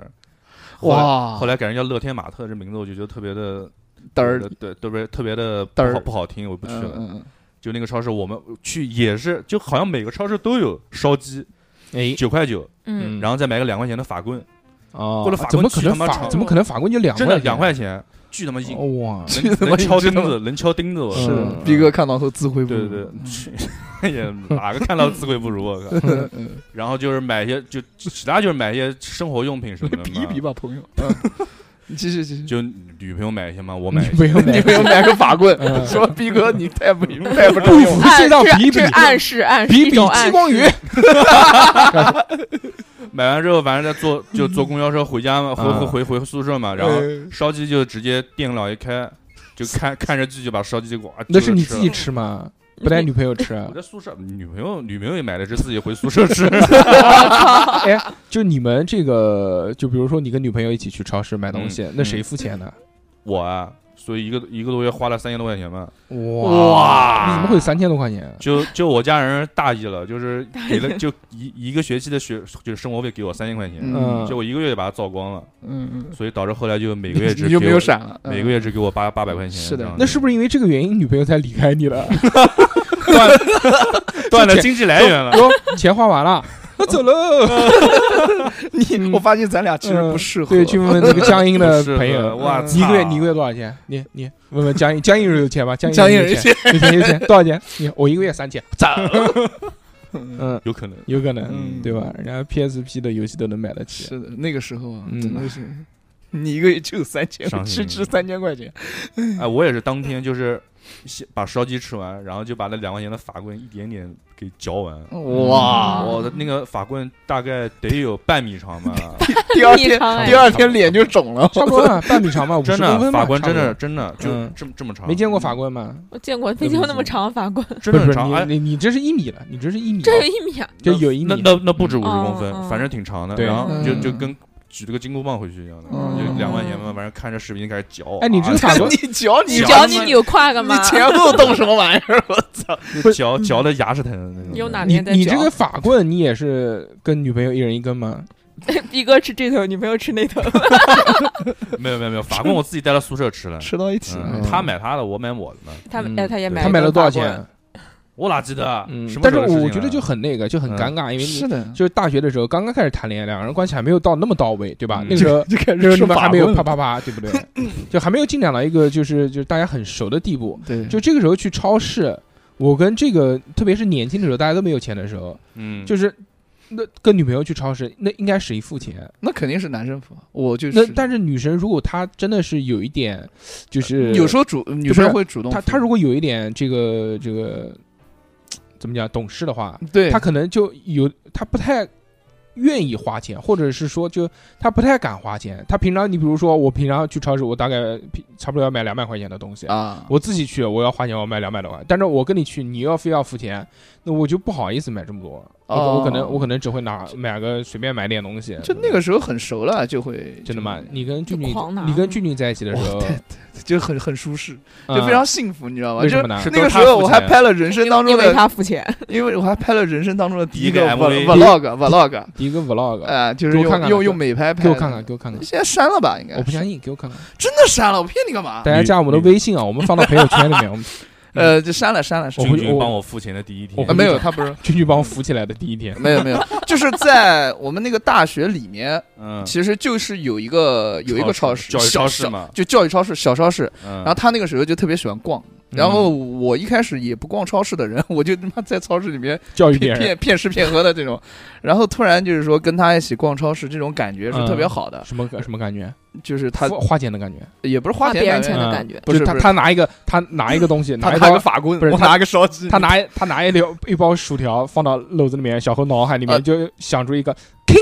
后来哇，后来改人叫乐天玛特，这名字我就觉得特别的嘚儿对，特别特别的不嘚儿好不好听，我不去了。嗯，就那个超市，我们去也是，就好像每个超市都有烧鸡，哎，九块九，嗯，然后再买个两块钱的法棍，哦过了法怎棍么可去能他妈法炒怎么可能法棍就两真块的两块钱，巨他妈硬，钱哇，能 能敲钉子，能敲钉子，我是嗯嗯逼哥看到后自愧不对如。对对，去 也哪个看到自愧不如我 靠。嗯 嗯然后就是买一些，就其他就是买一些生活用品什么的嘛，比一比吧，朋友。嗯，你 继续继续。就女朋友买一些嘛，我买你一不些。用你买没有买个法棍嗯， 说逼哥你太不太不不中用服了。气到暗比比这这暗示暗示比一比种暗激示光鱼，买完之后，反正再坐就坐公交车回家嘛，回嗯回回回宿舍嘛，然后烧鸡就直接电脑一开，就看看着剧就把烧鸡给哇，啊那就是你自己了。吃吗？不带女朋友吃啊，我在宿舍，女朋友女朋友也买的是自己回宿舍吃， 哎，就你们这个，就比如说你跟女朋友一起去超市买东西，嗯那谁付钱呢？我啊，所以一个一个多月花了三千多块钱嘛，哇，你怎么会有三千多块钱？就就我家人大意了，就是给了就一一个学期的学就是生活费给我三千块钱，嗯结，果一个月就把它造光了，嗯嗯，所以导致后来就每你 个月只你就给没有我闪了，嗯每个月只给我八八百块钱，是的这样子那是不是因为这个原因女朋友才离开你了？断断了就经济来源了。哟，钱花完了，我走 喽。你嗯我发现咱俩其实不适嗯合。对，去问问 那个江阴的不适合朋 友，嗯哇你一个月操你一个月多少钱？你你问问江阴，江阴人有钱 吗？江江阴阴有人钱，有钱有钱，多少钱？你我一个月三千，走，嗯，有可能，有可嗯能，对吧？人家 PSP 的游戏都能买得起，是的，那个时候啊，嗯真的是，你一个月就三千，伤吃心吃三千块钱，哎，我也是当天就是先把烧鸡吃完，然后就把那两块钱的法棍一点点给嚼完。嗯哇！我的那个法棍大概得有半米 长吧，第二异天，常哎第二天脸就肿了。差不多 嘛，半米长嘛，五十真公的分法嘛，棍差不真多的真的就嗯这么这么长，没见过法棍嘛？我见过，没见过那么长的法棍，真不是的很不是，长，哎，你你你这是一米了，你这是一米了，这有一米啊！就有一那米，那那不止五十嗯公分嗯，反正挺长的，对然后就嗯就跟举了个金箍棒回去一样的，嗯就两块钱嘛，反正看着视频就开始嚼。啊哎你这个法棍 你嚼你 嚼嚼你你扭胯干你嘛？前后动什么玩意儿？我操！就嚼嚼的牙齿疼的那种。有哪你边在你这嚼个法棍你也是跟女朋友一人一根吗？逼哥吃这头，女朋友吃那头，没有没有没有，法棍我自己带到宿舍吃了。吃到一起了，嗯嗯，他买他的，我买我的嘛，他嗯哎他也对买，他买了多少钱？？啊我哪记得啊？嗯什，么但时是候的事情我啊觉得就很那个，就很嗯尴尬，因为你是的，就是大学的时候刚刚开始谈恋爱，两个人关系还没有到那么到位，对吧嗯？那个时候 就开那个时始候你吃们法还没有棍啪啪了。啪，对不 对？就还没有进展到一个就是就是大家很熟的地步。对，就这个时候去超市，我跟这个特别是年轻的时候，大家都没有钱的时候，嗯，就是。那跟女朋友去超市，那应该谁付钱？那肯定是男生付，我就是。那但是女生如果她真的是有一点，就是有时候主女不是生会主动付，她她如果有一点这个这个怎么讲懂事的话，对他可能就有他不太愿意花钱，或者是说就他不太敢花钱。他平常你比如说我平常去超市，我大概平差不多要买两百块钱的东西。啊，我自己去，我要花钱，我买两百多块。但是我跟你去，你要非要付钱，那我就不好意思买这么多。我可哦我可能我可能只会拿买个随便买点东西。就那个时候很熟了，就会真的吗？你跟俊俊就狂拿，你跟俊俊在一起的时候哇，对对就很很舒适，嗯就非常幸福，你知道吗？为什就是么呢？是那个时都是他候付我还啊钱拍了人生当中因为的，他付钱，因为我还拍了人生当中的第第一个个 vlog MV vlog vlog，一个 vlog，哎，就是给我用看看用用美拍拍，给我看看，，给我看看。现在删了吧？应该我不相信，给我看看。真的删了，我骗你干嘛大？家加我们的微信啊，我们放到朋友圈里面。我们呃，就删了删了删我了会俊俊我帮我付钱的第一天我啊，会没有，他不是。俊俊帮我扶起来的第一天，没有没有，就是在我们那个大学里面，嗯，其实就是有一个有一个超市，教育小超市小嘛，嗯就教育超市小超市，然然后他那个时候就特别喜欢逛，嗯然后我一开始也不逛超市的人， 我就他妈在超市里面教育别骗人骗骗吃骗喝的这种，然后突然就是说跟他一起逛超市，这种感觉是特别好的，什么什么感觉？就是他付花钱的感觉，也不是花别人钱钱买的嗯感觉。不是就他不是他拿一个他拿一个东西，他拿一拿包个，法棍，不是我他拿个烧鸡，他拿一他拿一溜一包薯条放到篓子里面，小何脑海里呃面就想出一个 king。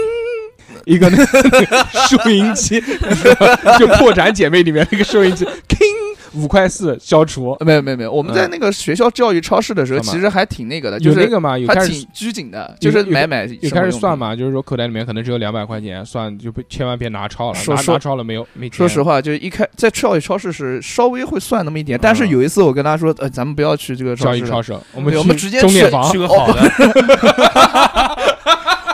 一个那 个收音机，是吧就《破产姐妹》里面那个收音机，king 五块四消除，没有没有没有，我们在那个学校教育超市的时候，干嘛其实还挺那个呃的，就有那是个嘛，有还开始挺拘谨的，有就是有买买有开始算嘛。嘛，就是说口袋里面可能只有两百块钱，算就不千万别拿超了，说拿说拿超了没有没钱。说实话，就是一开在教育超市是稍微会算那么一点，啊但是嗯有一次我跟他说，呃，咱们不要去这个教超育市了超，市，我们对我去们直接钟点去房去，个好的，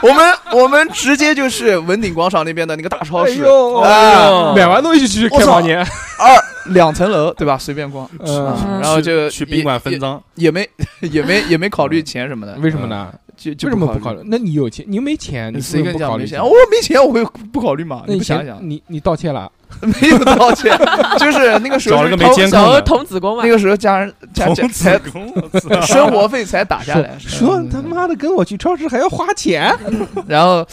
我们我们直接就是文鼎广场那边的那个大超市，哎呦啊买完东西去开房间，二两层楼，对吧？随便逛，啊嗯，然后哦就去宾馆分赃，也没也没也没考虑钱什么的，嗯啊为什么呢？就为就什么嗯不考考？虑？那你有钱，你没钱，你谁为什么不跟你考讲虑没一下钱？我没钱，我会不考虑嘛？那你你不想钱，想， 你你道歉了？没有道歉，就是那 个时候找了个是没监控小的额童子功嘛那，个时候家人家家哎童才子功，我 操生活费才打下来，是吧嗯说他妈的跟我去超市还要花钱，然后。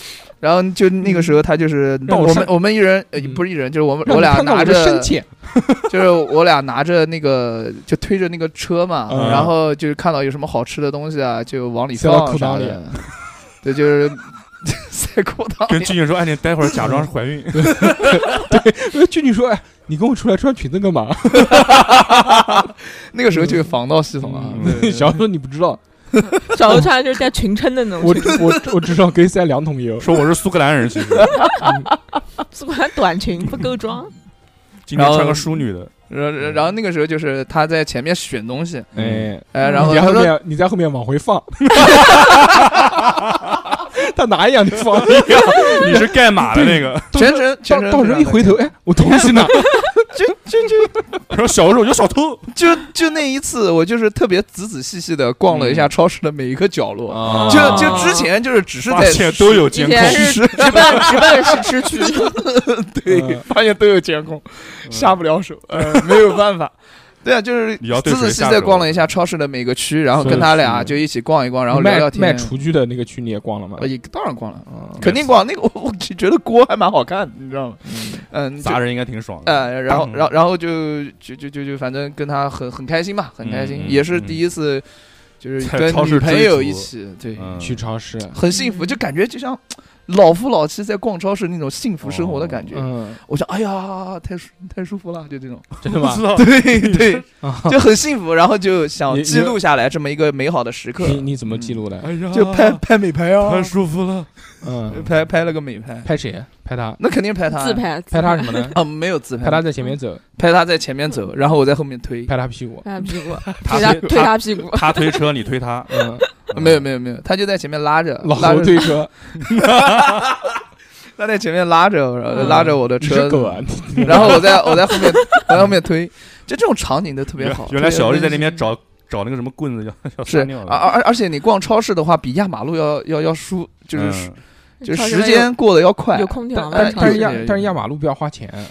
然后就那个时候，他就是让我我们上我们一人呃嗯不是一人，就是我们让我俩看看拿我着的深浅。 就是我俩拿着那个，就推着那个车嘛，嗯然后就是看到有什么好吃的东西啊，就往里塞到放裤啥裆里的。 对，就是 塞裤裆跟里。俊俊说，哎，你待会儿假装怀孕，呃俊俊说：“哎，你跟我出来穿裙子干嘛 那个时候就有防盗系统啊。嗯对？”小何说：“你不知道，小额穿的就是带裙撑的那嗯种我，我我至少可以塞两桶油。说我是苏格兰人，其实是管短裙不够装。今天穿个淑女的，然后然后那个时候就是他在前面选东西，”哎，哎，然后你在他后说面你在后面往回 放，他哪一样就放一样。 你是盖码的那个，全程全到程到时候一回头，哎，我东西呢？就就就然后小时候有小偷就就那一次，我就是特别仔仔细细的逛了一下超市的每一个角落，嗯 啊就哦就之前就是只是发在现都有监以前控，是实直奔直奔是吃去， 对，嗯发现都有监控，下不了手，呃，没有办 法。对啊，就是你要对仔仔谁细下细地手啊逛了一下超市的每个区，然后是跟他俩是就一起逛一逛，然后你聊卖聊天。卖厨具的那个区你也逛了吗呃，？也当然逛了，啊肯定逛。那个我我觉得锅还蛮好看，你知道吗？嗯，就砸人应该挺爽的。呃，然后，当然后，然后就就就就就，反正跟他很很开心吧，很开心，嗯嗯也是嗯第一次，就是在跟超女市朋追友逐一起，对，嗯去超市，很幸福，嗯就感觉就像老夫老妻在逛超市那种幸福生活的感觉。嗯，我想，哎呀，太舒太舒服了，就这种，真的吗 不知？道对对，啊就很幸福，然后就想你你记录下来这么一个美好的时刻，你你怎么记录的？哎呀，就拍拍美拍啊，太舒 服了。嗯，拍拍了个美拍，拍谁？拍他？那肯定拍他呀自拍自拍他什么呢？啊，没有自拍，拍他在前面走，拍他在前面走，然后我在后面推，拍他屁股。拍他屁股，推他他推推他屁股，他推车，你推他。嗯， 没有没有没有，他就在前面拉着，老拉侯着推车，他在前面拉着，然后嗯拉着我的你是车，狗啊！你然后我在我在后 面，我在后面推，就这种场景都特别原好。嗯原来特别小时候在那温边馨找找那个什么棍子叫叫是， 撒而尿的而而且你逛超市的话，比压马路要要要舒，就是、嗯就超是市时有间过得要快。有空调吗？但但哎但是有压有有但是压马路不要花钱，呃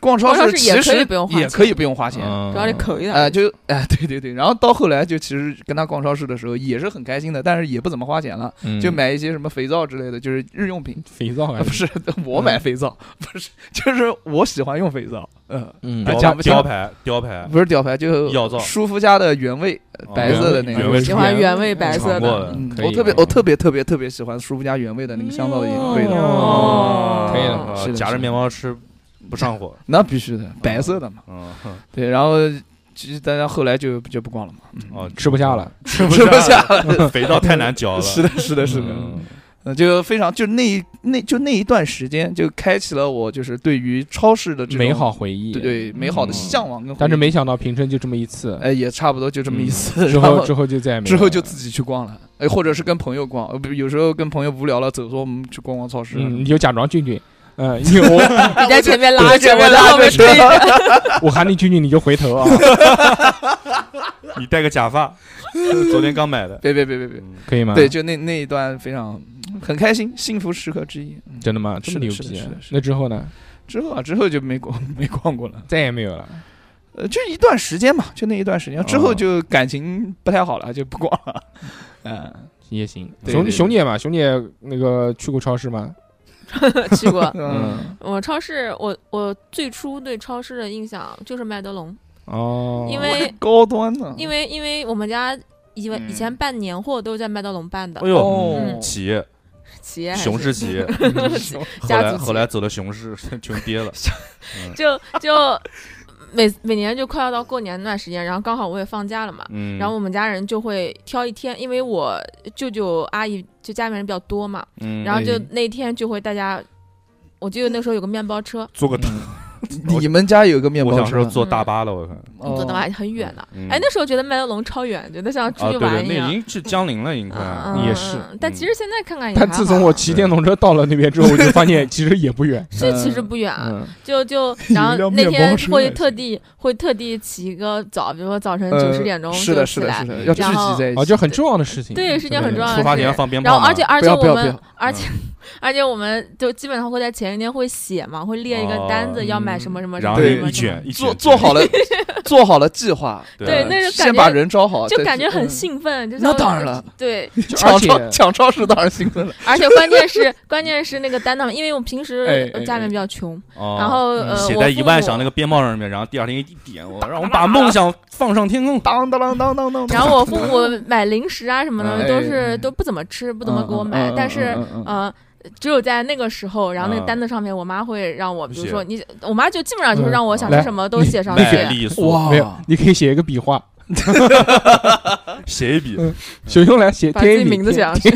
逛超逛超市也其可以实不用花也钱可以不用花钱。嗯主要是口啊一点。呃，就哎，对对对，然后到后来就其实跟他逛超市的时候也是很开心的，但是也不怎么花钱了，嗯就买一些什么肥皂之类的，就是日用品。嗯肥皂啊还不是 我买肥皂，不是，就是我喜欢用肥皂，嗯，嗯哎讲雕雕不清雕牌雕牌，不是吊牌，就哎药皂舒肤佳的原味呃白嗯色的那原个味。喜欢原味白色尝过的，的嗯，可以我特别嗯我特别特别特别喜欢舒肤佳原味的那个香皂的味道，哦可以了啊是的夹是着的面包吃不上火。那必须的，白色的嘛。嗯，对，然后其实大家后来就就不逛了嘛，嗯哦，吃不下了。吃 不吃不下了，肥皂太难嚼了。是的，是的，是的，嗯嗯，就非常就那一那就那一段时间就开启了我就是对于超市的这种美好回忆。对对美好的嗯向往跟回忆但是没想到平成就这么一次，哎也差不多就这么一 次，之然后之后就再也没有之后就了自己去逛了，哎，或者是跟朋友逛，呃，不，有时候跟朋友无聊了，走，说我们去逛逛超市。啊嗯，你就假装俊俊，嗯， 因为我你在前面我拉就着，我在后面车推，着，我喊你俊俊你就回头啊， 你戴个假发，昨天刚买的。别别别别别，嗯可以吗？对，，就那那一段非常嗯很开心，幸福时刻之一。嗯真的吗？这是么的牛是的逼是的？是的那之后呢？之后啊，之后就没逛 没逛过了，再也没有了。呃，就一段时间嘛，就那一段时间，之后就感情不太好了，就不逛了。嗯，也行，对熊对熊姐嘛，熊姐那个去过超市吗？ 去过。嗯，我超市，我我最初对超市的印象就是麦德龙，哦，因为高端呢，因为因为我们家以为嗯以前办年货都是在麦德龙办的哎，呦，哦，企业企嗯业还熊是市 企业， 后家来族企业后来走了熊市， 穷跌 了。就就每每年就快要到过年那段时间，然后刚好我也放假了嘛，嗯，然后我们家人就会挑一天，因为我舅舅阿姨就家里面人比较多嘛，嗯然后就哎那天就会大家，我记得那时候有个面包车，坐个嗯你你们家有个面嗯我包想车吗？说呃坐嗯大巴了，我看。啊嗯走的还很远呢。嗯哎，那时候觉得麦德龙超远，觉得像出啊，去对玩对，一那已样。经去江陵了，应该嗯也是嗯但其实现在看看也还但好。自从我骑电动车到了那边之后，我就发 现其实也不远。这其实不远啊，嗯，就就有一然后辆那面包天车会还特地会特地起一个早，比如说早晨呃九十点钟是就的，起是的，来是，的，要聚然后集在一啊，起。就很重要的事情。对，是件很重要的出发前事。放鞭嗯然炮后，嘛，而且而不且要我不要嗯不们要，而且而且我们就基本上会在前一天会写嘛，会列一个单哦子要买什么什么什然么后对什么一什么卷一卷做做好了，做好了计划，对啊嗯那就先感把觉人招好，就再感去觉很 嗯兴奋。就那像当然了，对，就抢而且 超抢超市当然兴奋了，而且关键是关键是那个担当，因为我平时哎哎家里面比较穷，哦然后呃，写我在父一万母响那个鞭炮上面，然后第二天一点，我让我们把梦想放上天空。当当当当当当。然后我 父母买零食啊什么哎的都哎是哎都不怎么吃，不怎么给我买嗯，但是嗯啊嗯嗯嗯呃，只有在那个时候，然后那个嗯单子上面，我妈会让我，比如写说你，我妈就基本上就是嗯让我想吃来什么都写上去，麦丽素， 没有哇，，你可以写一个笔画，写一笔，嗯熊熊来写把自天己一笔名字写上去，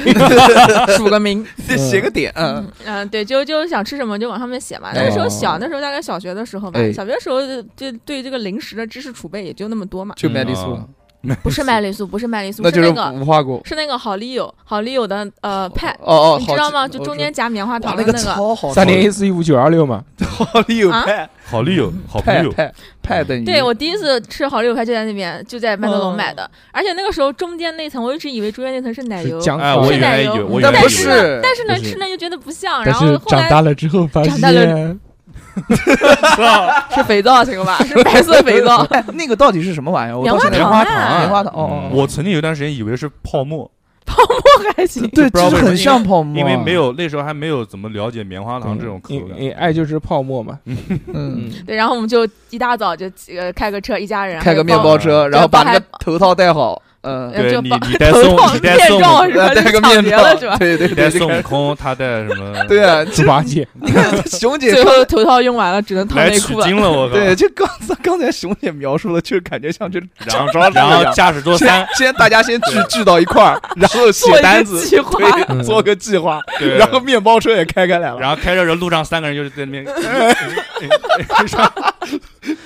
署个名。得写个点，嗯嗯，嗯，对，就就想吃什么就往上面写嘛。哎那时候小，那时候大概小学的时候吧哎，小学的时候就就对这个零食的知识储备也就那么多嘛。就麦丽素嗯啊，不是麦丽素，不是麦丽素，那就是那个无花果是那个好丽友，好丽友的呃派，哦哦，你好知道吗？吃就我中间夹棉花哇糖那的个那个。啊超好吃，三零一四一五九二六嘛，好丽友派好丽友，好朋派友，派派等于对我第一次吃好丽友派就在那边，就在麦德龙买的，而且那个时候中间那层我一直以为中间那层是奶油是，姜哎，黄我是原来奶以为，油我原嗯但来以不为是，但是呢不是吃呢又觉得不像，但啊然是后后长来大了之后发长大了 现，是肥皂行了吧？是白色肥 ，皂 哎，那个到底是什么玩意儿？我棉到花现在棉糖花啊，糖棉花糖，哦哦，我曾经有段时间以为是泡沫，我还行。对，不就知道是为什么很像泡沫，因为没，有那时候还没有怎么了解棉花糖这种口嗯因感。因爱就是泡沫嘛。嗯，嗯，对，然后我们就一大早就呃开个车，一家人开个面还有包车，然后把那还个头套戴好，嗯，呃对就你，把你带头孙套，你带面孙罩悟是 吧？戴就个抢面劫罩了是吧？对对你带对，孙悟对空，他带什么？ 对啊，猪八 戒，你看 熊姐最说后头套用完了，只能套来内取裤了。 经了，我靠！啊对，就刚才刚才熊姐描述的，就是感觉像就是然后然后驾驶座先三，先大家先聚聚到一 块儿，然后做写一个单子，计划，嗯对，做个计划，对然后面包车也开开来了，然后开着车路上三个人就是 在那边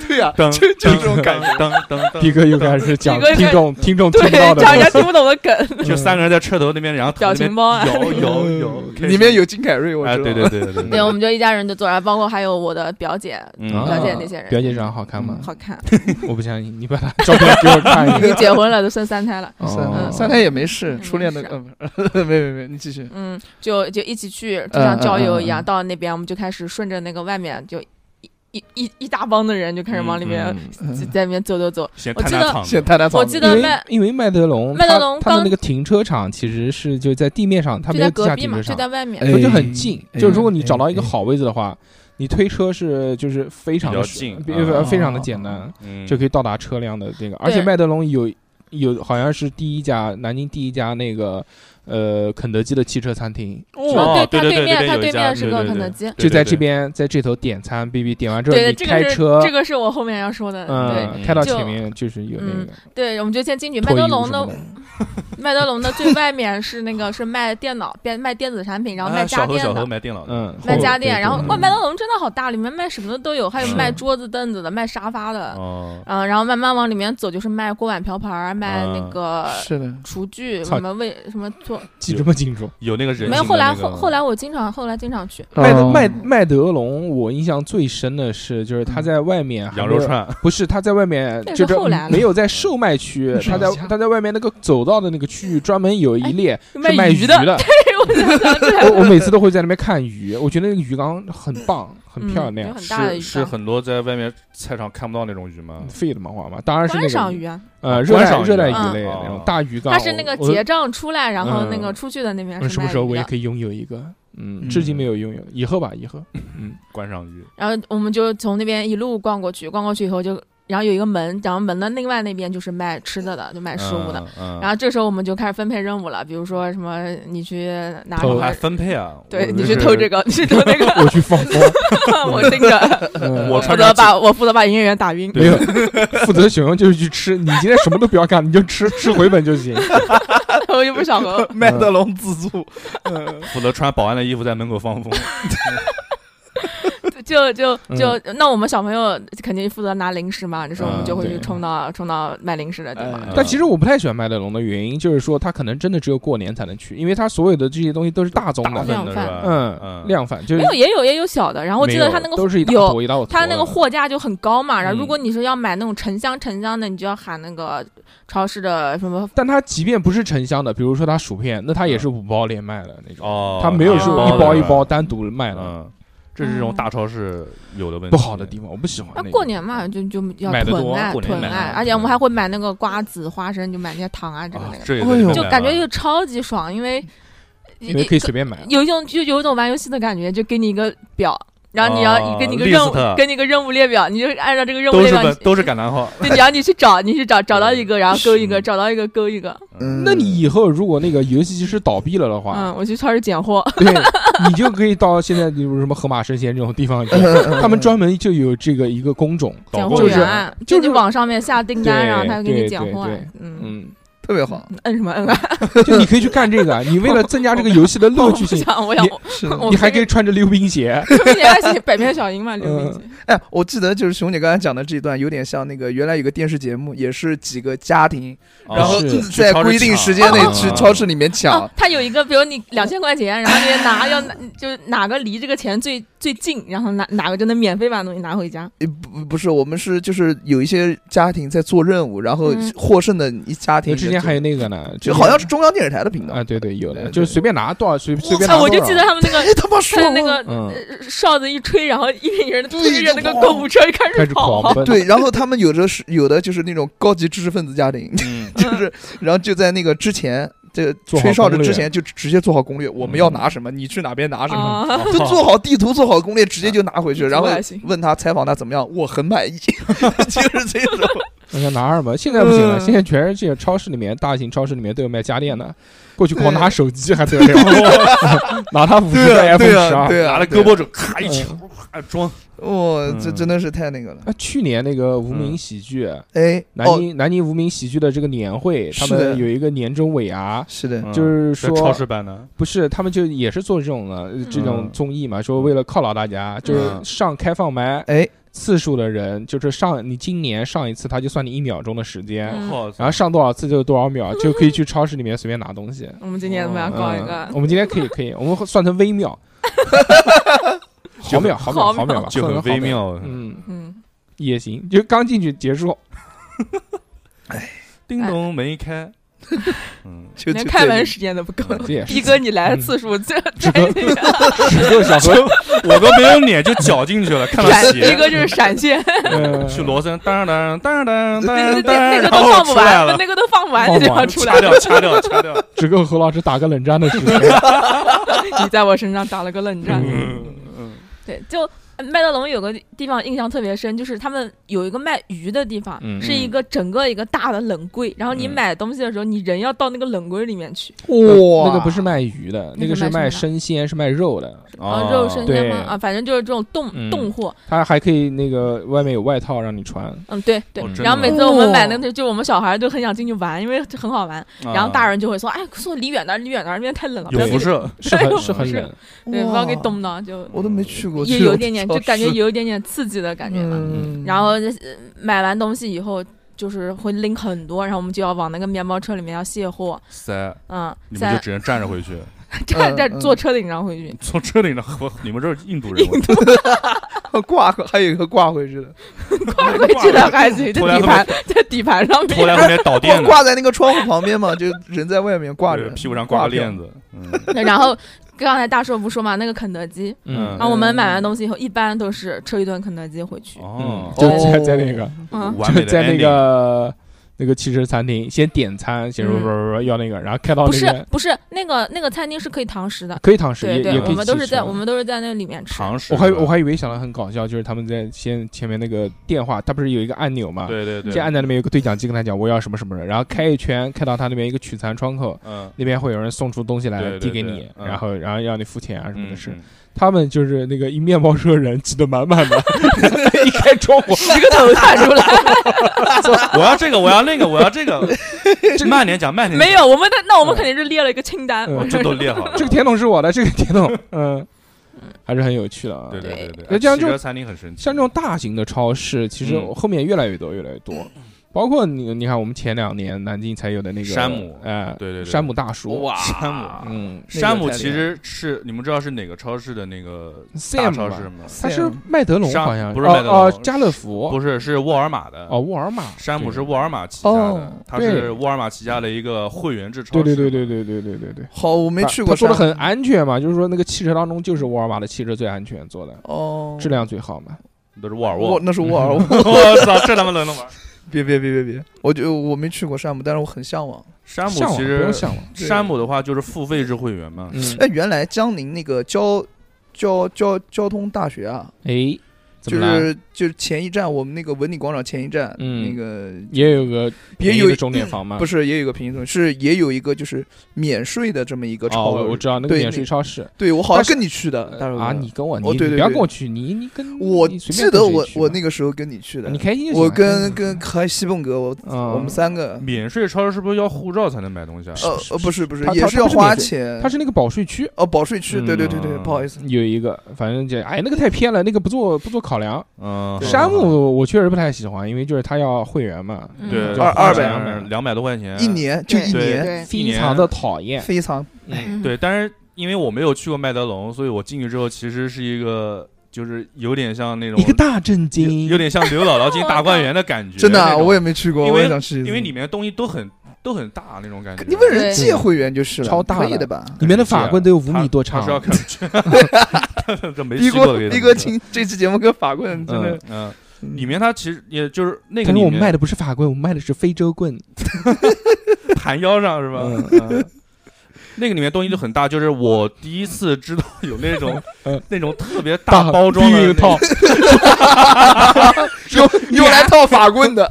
对呀，噔就就这种感觉，觉，噔噔噔逼哥又开 始讲逼哥又开听始众听 众听对不到，的讲人家东听不懂的 梗，西，就三个人在车头那边，然后表情包啊摇摇摇，开始里面有金凯瑞，我哎，知道，对对对对对，我，们就一家人就坐，然后包括还有我的表姐、嗯啊表姐那些人，表姐长得好看吗？好看，我不相信，你把她照片给我看一 已 经眼。结婚了，都生三胎了。 哦三三胎也没事，嗯 初恋的没事呃， 没没没，你继续。嗯，就就一起去，就像郊游一嗯嗯样，嗯到那边我们就开始顺着那个外面就一一一一大帮的人就开始往里面嗯就在那边走走走。先我探记探得场子先，谈谈草莓，我记得因为麦因为麦德龙，麦德龙它它的刚那个停车场其实是就在地面上，它就没有在地隔下壁停嘛，车就场，在外面。所以就很近。哎就如果你找到一个哎好位置的话，你推车是就是非常的比较近比呃啊非常的简单，嗯就可以到达车辆的这个。而且对麦德龙有有好像是第一家南京第一家那个呃肯德基的汽车餐厅，哦哦，它对对对对对面，它有一对家面是对个对肯对德基。就在对对这边在这头点餐，B B 点完之后对你这开个是车这。个是我后面要说的。对嗯，开到就前面就是有那嗯个对，我们就先进去麦脱衣德舞龙什的么的， 麦德龙的最外面是那个是卖电脑、变卖电子产品，然后卖哎家小何电小何哦的。买电脑的，嗯，卖后家对电，对然后对哇，麦德龙真的好大，里面卖什么的都有，还有是 卖桌子、凳子的，卖沙发的，哦，嗯，然后慢慢往里面走，就是卖锅碗瓢盆儿，卖那嗯个是的，厨具，操什么卫什么做，记这么清楚。有那个人没有。形后的来那后个后来我经常后来经常去，麦哦德嗯麦麦德龙，我印象最深的是，就是他在外面还嗯羊没肉有，串，不是他在外面那就是后来了没有在售卖 区，是他在他在外面那个走道的那个区域专门有一列是卖哎卖鱼哦的， 对，我就想 起来了，我我每次都会在那边看鱼，我觉得那个鱼缸很棒，很嗯漂有亮，很大嗯的是鱼是缸很多在外面菜场看不到那种鱼吗？废的嘛话嘛，当然是那观个赏鱼啊，呃热观带赏鱼热带鱼嗯类的那种哦大鱼缸。它是那个我我结账出来，然后那嗯个出去的那边嗯是什卖么时候鱼我也的可以拥有一个？嗯，嗯至今没有拥有，以后吧，以后。观赏鱼，然后我们就从那边一路逛过去，逛过去以后就，然后有一个门，然后门的另外那边就是卖吃的的，就卖食物的。嗯，然后后这时候我们就开始分配任务了，比如说什么你去拿什偷还么，分配啊？ 对我你就去是偷这个，你去偷那个， 我去放风，我 这个，嗯我负穿责上 把我负责把营业员打晕。没有， 负责熊熊就是去吃。你今天什么都不要干，你就吃吃回本就行。 嗯我又不想喝。麦德龙自助，负责穿保安的衣服在门口放风，就就嗯就、那我们小朋友肯定负责拿零食嘛，这时候我们就嗯会对去冲到、冲到卖零食的地方。哎但其实我不太喜欢麦德龙的原因，就是说它可能真的只有过年才能去，因为它所有的这些东西都是大宗大的，份的是吧？嗯，量贩就是没有，也有也有小的。然后我记没得有他那个都是一大有坨一大坨的，它那个货架就很高嘛，然嗯后如果你是要买那种成箱成箱的，你就要喊那个超市的什么。但它即便不是成箱的，比如说它薯片，那它也是五包连卖的那种，哦，它没有是说包一的包一是包吧，单独卖的，嗯，这是这种大超市有的问题，不好的地方我不喜欢那个。嗯过年嘛，就就要买得囤多嗯爱过年囤买爱，得而且我们多还会买那个瓜子、花生，就买那些糖啊，这个啊那，个，这也哎在里呦面就买感了觉就超级爽，因为因为可以随便买。有一种就有一种玩游戏的感觉，就给你一个表，然后你哦要给你一个任务 list，给你一个任务列表，你就按照这个任务都列是表，本你都是感叹号，对，你要你去找，你去找，找到一个，然后勾一个，嗯找到一个勾一个。那嗯你以后如果那个游戏机是倒闭了的话，嗯，我去超市捡货， 对你就可以到现在比如什么河马生鲜这种地方去，他们专门就有这个一个工种，导捡购货就是员，就是你网上面下订单，对然后他给对你捡对货对。嗯，嗯，特别好。摁什么摁啊？就你可以去干这个， 你为了增加这个游戏的乐我趣不性，想，我想你是 我你还可以穿着溜冰鞋。说明年写百变小樱嘛，刘明杰。哎，我记得就是熊姐刚才讲的这一段，有点像那个原来有个电视节目，也是几个家庭，啊然后是去在超市规定抢时间内去啊超市里面抢哦，，他有一个，比如你两千块钱，然后你拿要拿就哪个离这个钱最最近，然后哪哪个就能免费把东西拿回家。呃不不是，我们是就是有一些家庭在做任务，然后嗯获胜的一家庭之前还有那个呢，就之前好像是中央电视台的频道，啊，对对，有的，对就是随便拿多少，随随便拿啊，我多就少记得他们那个哎 他妈他说的那个嗯呃哨子一吹，然后一群人推着那对个购物车就开 开始始跑狂啊。奔，对，然后他们有的是有的就是那种高级知识分子家庭，嗯，就是然后就在那个之前，这个做好吹哨子攻略嗯之前就直接做好攻略，我们要拿什么，你去哪边拿什么，啊，就做好地图，做好攻略，直接就拿回去，然后这还行问他采访他怎么样，我 很满意，就是这种。我想拿二嘛，现在不行了，嗯现在全世界超市里面，大型超市里面都有卖家电的，过去光拿手机还得了， 拿他五十对块啊， iPhone 对十啊，二。对啊，拿了胳膊肘，咔一抢，啊装对啊，哇，这嗯真的是太那个了。啊，去年那个无名喜剧，哎，南哦，宁、南宁无名喜剧的这个年会，他是的们有一个年终尾牙，是的，就是说嗯在超市版的，不是他们就也是做这种的这种嗯综艺嘛，说为了犒劳大家，就是嗯上开放麦哎，次数的人，就是上你今年上一次，他就算你一秒钟的时间，嗯我然操后上多少次就多少秒，就可以去超市里面随便拿东西。 我们今天我们要嗯啊搞一个我们今天可以可以，我们算成微妙，毫秒毫秒毫毫秒 吧，就算成很毫微秒。妙。嗯，嗯，也行，就刚进去结束，叮咚没开，嗯，就连就开这门个时间都不够。这也是逼哥，你来的次数最只太够那个只够小何，我都没有脸就绞进去了，看到闪，逼血哥就是闪现，嗯去罗森，当当当当那当当，那个然都后放不出来完，了，那个都放不完，你就要出来掐。掉掐掉掐掉，只够何老师打个冷战的时间。你在我身上打了个冷战。 嗯嗯对，就呃麦德龙有个地方印象特别深，就是他们有一个卖鱼的地方，嗯是一个整个一个大的冷柜，然后你嗯买东西的时候，你人要到那个冷柜里面去，哇，嗯呃那个不是卖鱼的，那那个个是卖卖什么的生鲜，是卖肉的。嗯，然后肉生鲜吗？对啊，反正就是这种冻、嗯冻货，它还可以那个外面有外套让你穿。嗯，对对。哦真的然后每吗次我们买那哦个，就我们小孩就很想进去玩，因为就很好玩。然后大人人就会说：“哎，说离远点儿，离远点儿，那边太冷了，不要啊给有辐 射，是很对是很是远，对，不要给哇冻到，就我都没去过，也这有种一点点，超就感觉市有一点点刺激的感觉嘛。嗯然后呃买完东西以后，就是会拎很多，然后我们就要往那个面包车里面要卸货，塞，嗯，你们再就只能站着回去， 站站嗯坐车顶上回 去。从车顶上，我你们这是印度人，我操 挂还有一个挂回去的，挂回去的还行，拖在在底后盘面在底盘上拖在 面。后面导电挂的，挂在那个窗户旁边嘛，就人在外面挂对着，屁股上挂个链子。子，嗯然后刚才大硕不说嘛，那个肯德基，嗯嗯然，后我们买完东西以后，一般都是吃一顿肯德基回去。嗯哦，就哦在在那个嗯，完啊就美的在那 ending 个那个汽车餐厅先点餐，先说嗯不不不要那个，然后开到哦不那是个不是，那个那个餐厅是可以堂食的，可以堂食，对也对也，可我可以们都即是食在我们都是在那里面吃。常识，我还我还以为想的很搞笑，就是他们在先前面那个电话，它不是有一个按钮嘛？对对对，先按在那边有个对讲机跟他讲我要什么什么人，然后开一圈开到他那边一个取餐窗口，嗯那边会有人送出东西对来对递给对你，嗯然后然后让你付钱啊什么的嗯事。嗯他们就是那个一面包车人挤得满满 的，一开窗户，一个头探出来，我要这个，我要那个，我要这个， 慢点讲，慢点讲，哦没有，我们的那我们肯定是列了一个清单，嗯我们这都列好了。 这个甜筒是我的，这个甜筒，嗯，还是很有趣的啊。对对对那对，这样汽车就餐厅很神奇，像这种大型的超市，其实嗯后面越来越多，越来越多。包括你，你看我们前两年南京才有的那个山姆哎，对对对山姆大叔，哇，山姆，嗯山姆那个太厉害其实是你们知道是哪个超市的那个大，Sam 超嘛市吗？他是麦德龙山好像不是麦德龙哦哦家乐福不是，是沃尔玛的哦，。沃尔玛，山姆对是沃尔玛旗下的哦，它对是沃尔玛旗下的一个会员制超对市。对对对对对对对对，好，我没他去啊过他说山姆。的很安全嘛，就是说那个汽车当中就是沃尔玛的汽车最安全做的，哦，质量最好嘛。都是沃尔 我沃。那是沃尔沃。 我操，这他妈能能玩？别别别别别，我就我没去过山姆，但是我很向往。山姆向往其不用实向 往，对山姆的话就是付费制会员嘛，哎嗯，哎，原来江宁那个交交交交通大学啊，哎，怎就么啦是就是前一站，我们那个文理广场前一站，嗯那个也有个也便宜有嗯的啊钟点房嘛？不是也有一个平行村，是也有一个就是免税的这么一个哦，超我我市。知道那个对免那税超市对我好像但是跟你去的，大啊，荣哥你跟我你哦你对对不要对跟我去，你你跟我你随记便跟得谁我去我嘛啊那个时候跟你去的你，开心就行我了跟跟还西蹦哥，我嗯我们三个，免税超市是不是要护照才能买东西啊？呃呃不是不是他，也他要他不是花免税钱它，是那个保税区哦保税区，对对对对，嗯不好意思，有一个，反正就哎那个太偏了，那个不做不做考量。嗯，对山姆我确实不太喜欢，因为就是他要会员嘛，嗯对就二二百两百多块嗯钱一，年就一对年，对，一非年常的讨厌。非常嗯，对，但是因为我没有去过麦德龙，所以我进去之后其实是一个就是有点像那种一个大震惊，有有点像刘姥姥进大观园的感 觉，真的啊，那种我也没去过，因我也为想去一次，因为里面东西都很都很大那种感觉，你问人对借会员就是了，超大可以的的吧？里面的法棍都有五米多他长是，要看这没逼去过哥的 给他逼们哥，请这期节目跟法棍真的嗯，嗯，里面它其实也就是那他个说里我们卖面的不是法棍，我们卖的是非洲棍。 盘腰上是吧？ 嗯那个里面东西就很大，就是我第一次知道有那种 嗯那种特别大包装的避那孕种套， 用用来套法棍的，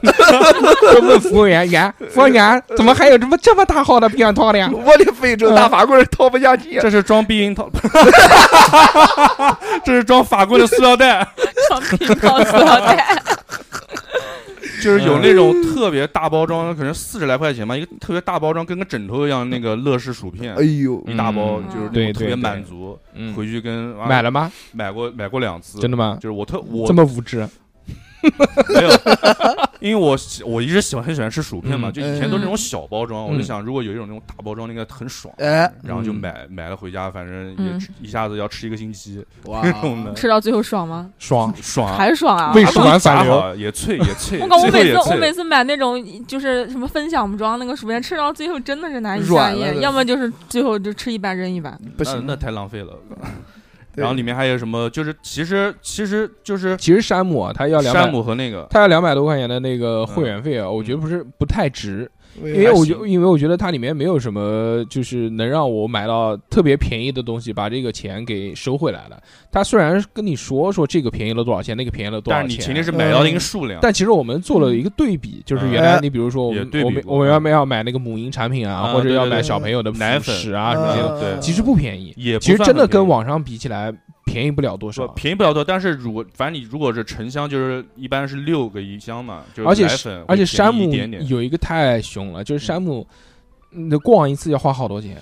就问服务员：“员，服务 员，怎么还有这么这么大号的避孕套的呀嗯 我的非洲大法棍套不下去。 这是装避孕套， 这是装法棍的塑料袋， 嗯放屁放塑料 袋，就是嗯有那种特别大包装，可能四十来块钱吧，一个特别大包装，跟个枕头一样，那个乐事薯片哎。呦， 一大包嗯就是那对种特对别满对足，？”嗯，回去跟啊买了吗？买过买过两次，真的吗就？是我特我这么无知？ 没有，因为我喜我一直喜欢很喜欢吃薯片嘛，嗯就以前都是那种小包装，嗯我就想如果有一种那种大包装，那个很爽。哎， 然后就买买了回家，反正也嗯吃一下子要吃一个星期，哇 那种的吃到最后爽吗？爽，爽啊，还是爽啊！胃食管反炸流，好也脆也脆，我感觉我最后每也次我每脆。次买那种就是什么分享装那个薯片，吃到最后真的是难以下软了咽，的要么就是最后就吃一半扔一半。不嗯那行，那太浪费了。对然后里面还有什么？就是其实其实就是其实山姆啊，他要两山百，姆嗯和那个他要两百多块钱的那个会员费啊，我觉得不嗯是不太值，因为我觉还行因为我觉得它里面没有什么就是能让我买到特别便宜的东西，把这个钱给收回来了。他虽然跟你说说这个便宜了多少钱，那个便宜了多但少钱，是啊嗯你前提是买到一个数量，但其实我们做了一个对比，就是原来你比如说我哎也们对比我们过我们要不要买那个母婴产品啊，啊或者要对对买对小朋友的奶辅粉食啊什么嗯的，对其实不便宜，也不其实算真的很便跟宜网上比起来便宜不了多说少。便宜不了多，但是如果反正你如果是成箱，就是一般是六个一箱嘛，就是而且奶是粉会而且便宜山姆一点嗯点，有一个太凶了，就是山姆，那逛一次要花好多钱。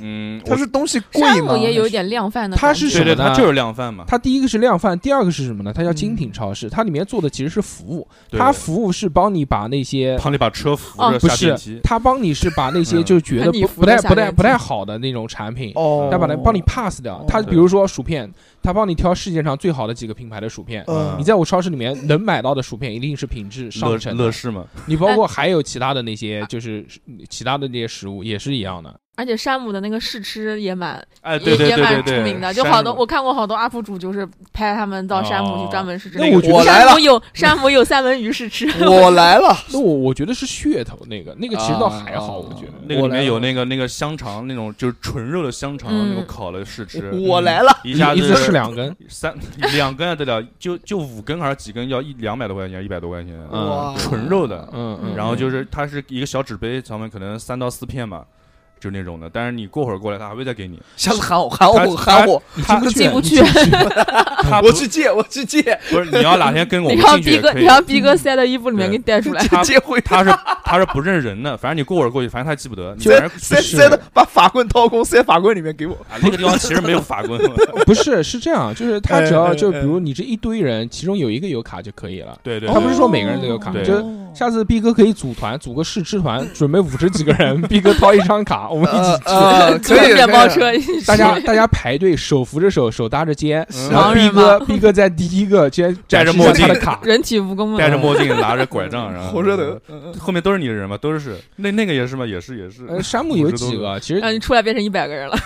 嗯，它我是东西贵山吗姆？也有一点量贩的它感是觉，什么对对，呢它就是量贩嘛，它第一个是量贩，第二个是什么呢？它叫精品超市，它里面做的其实是服务，嗯对它服务是帮你把那些帮你把车扶哦着不下电是梯，，它帮你是把那些嗯就 觉得把你不扶不太着下不太电梯不太好的那种产品，哦，他把它帮你 pass 掉哦。他对比如说薯片，他帮你挑世界上最好的几个品牌的薯片。呃嗯，你在我超市里面能买到的薯片，一定是品质上乐乘乐的。视嘛，你包括还有其他的那些，就是其他的那些食物也是一样的。而且山姆的那个试吃也蛮哎，对也对也对对蛮出对，名的，就山好多姆我看过好多 UP 主就是拍他们到山姆哦去专门试吃。那我觉我得，来山了姆，有山姆有三文鱼试吃，我来了，那我我觉得是噱头，那个那个其实倒还好，啊我觉得。那个我里面来有了那个那个香肠那种就是纯肉的香肠，嗯那种烤的试吃，我来了，一下一次子吃两根，三两根还啊得了，就就五根还是几根要一两百多块钱，一百多块钱，嗯哇，纯肉的，嗯，嗯嗯然后就是它是一个小纸杯，上面可能三到四片吧，就那种的。但是你过会儿过来，他还会再给 你。下次喊我喊他我喊我，他你进进不不去去，他不我去借我去借不是你要哪天跟 我你们让进去逼也哥，可你以。让逼嗯哥塞到衣服里面给对你带 出来。他借会他是他是不认人的，反正你过会儿过去，反正他记不得。你塞反正塞是塞的把法棍掏空，塞法棍里面给我。啊那个地方其实没有法棍。 不是是这样，就是他只哎哎要哎就比如你这一堆人，其中有一个有卡就可以了。 对对，他不是对说每个人都有卡，对就是哦下次逼哥可以组团，组个试吃团，准备五十几个人， 逼哥掏一张卡，我们一起去。呃呃，坐 可以啊面包，可以车一起吃，大家大家排队，手扶着手，手搭着肩，嗯然后盲人逼哥吗逼哥在第一个先展戴着示一下墨他的 镜卡， 人体蜈蚣的戴着墨镜，拿着拐杖， 然后火车头，嗯嗯后面都是你的人嘛，都是那那个也是嘛，也是也是。呃，山姆有几个？其让你实，出来变成一百个 人了。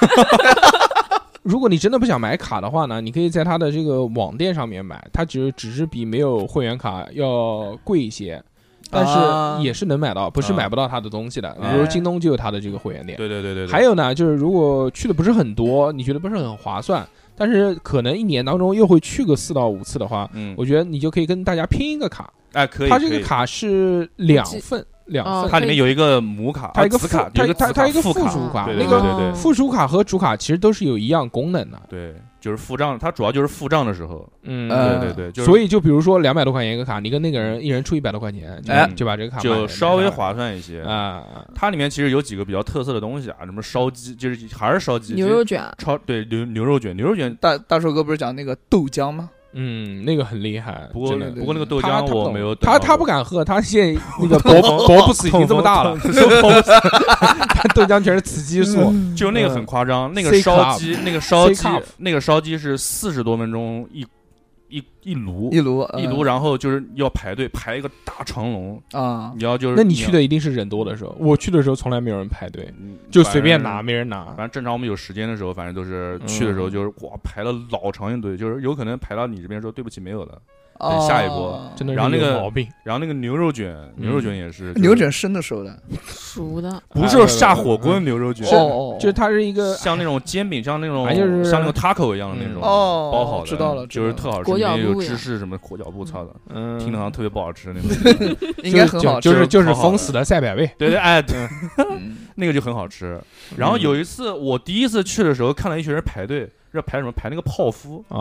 如果你真的不想买卡的话呢，你可以在他的这个网店上面买，它只只是比没有会员卡要贵一些，但啊是也是能买到，不是啊买不到它的东西的。啊比如京东就有它的这个会员店。对对对对对，还有呢，就是如果去的不是很多，你觉得不是很划算，但是可能一年当中又会去个四到五次的话，嗯，我觉得你就可以跟大家拼一个卡。哎可以，它这可个以卡是两我记份，两哦份，它里面有一个母卡，它啊一个子副卡，它有一个它子它一个副附卡属卡，对那对个对对对附属卡和主卡其实都是有一样功能的。对，就是付账，它主要就是付账的时候，嗯，呃对对对，就是所以就比如说两百多块钱一个卡，你跟那个人一人出一百多块钱，就哎就把这个卡买嗯就了稍微划算一些。啊，它里面其实有几个比较特色的东西啊，什么烧鸡，就是还是烧鸡，牛就肉是卷，超对牛牛肉卷，牛肉卷。大大寿哥不是讲那个豆浆吗？嗯，那个很厉害，不过真的不过那个豆他浆他不我懂没有等他到过，他不敢喝，他现在那 个脖脖不死已经这么大了， 他豆浆全是雌激素，就那个很夸张，那个嗯 C 烧 cup 鸡，那个烧 C 鸡 cup，那个烧鸡是四十多分钟一一一炉一炉一呃炉，然后就是要排队排一个大长龙，啊，你要就是那你去要的一定是人多的时候，我去的时候从来没有人排队，就随便拿，。没人拿反正反。正正常我们有时间的时候，反正都是去的时嗯候就是哇排了老长一队，就是有可能排到你这边说对不起没有了。哦下一波真的然后那是有个毛病，然后那个牛肉卷，牛嗯肉卷也是牛肉，卷生的熟的，熟的，就是不是下火锅的牛肉卷，哦嗯就是它是一个像那种煎饼，像那种哎就是像那种 taco 一样的那种嗯哦包好的，知道了知就道是了特好吃，裹里脚面有布呀芝士什么裹脚布，操的，嗯，听着好像特别不好吃 那种。应该很好吃，就是就是好好的封死的赛百味。对对，哎，对，嗯那个就很好吃。然嗯后有一次我第一次去的时候，看到一群人排队，要排什么？排那个泡芙，啊，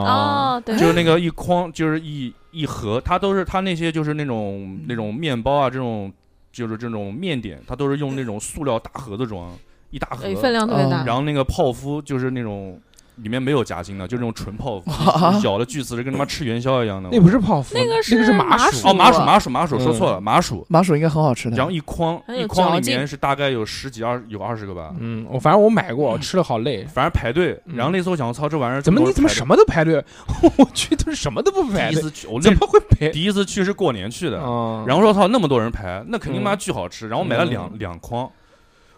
哦，对，就是那个一筐，就是一一盒，它都是它那些就是那种那种面包啊，这种就是这种面点，它都是用那种塑料大盒子装，一大盒哎，。分量特别大嗯，哦然后那个泡芙就是那种里面没有夹心的，就那种纯泡芙，啊咬的巨瓷实，跟他妈吃元宵一样的。那不是泡芙，那那个是是麻麻哦，麻薯啊麻薯麻嗯薯，说错了，麻薯。麻薯应该很好吃的然后，一筐很有一筐里嚼劲面是大概有十几二有二十个吧，嗯，我反正我买过，我吃了好累。反正排队。嗯然后那次我想，我操，这玩意儿怎么你怎么什么么都排队？ 我去都是什么都不排排队，队？第一次去，我那怎么会排？第一次去是过年去的，啊然后说操那么多人排，那肯定妈嗯巨好吃。然后我买了两嗯两筐，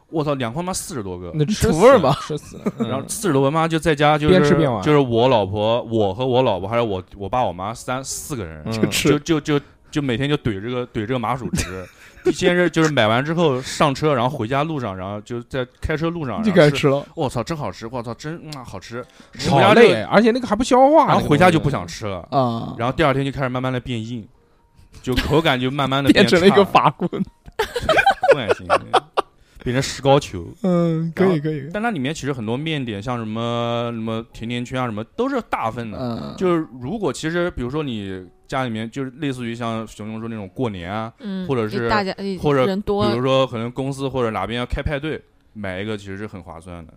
我操两筐妈四十多个，那吃土味儿死了吧，吃死了。嗯然后四十多个妈就在家就是边吃边玩就是我老婆我和我老婆还有我我爸我妈三四个人，嗯就就吃就就就每天就怼这个怼这个麻薯吃。先是就是买完之后上车，然后回家路上，然后嗯就在开车路上就开然始后吃。吃了，我操，真好吃！我操，真嗯啊好吃。吃回好家之后累，而且那个还不消化，那然后个回家就东西不想吃了。啊，然后第二天就开始慢慢的变硬，就口感就慢慢的变成了一个法棍，不恶心，变成石膏球。嗯，可然以后可以，但它里面其实很多面点，像什么什么甜甜圈啊，什么都是大份的。嗯，就是如果其实比如说你家里面就是类似于像熊熊说那种过年啊，嗯， 或者是大家或者人多比，如说可能公司或者哪边要开派对，买一个其实是很划算的。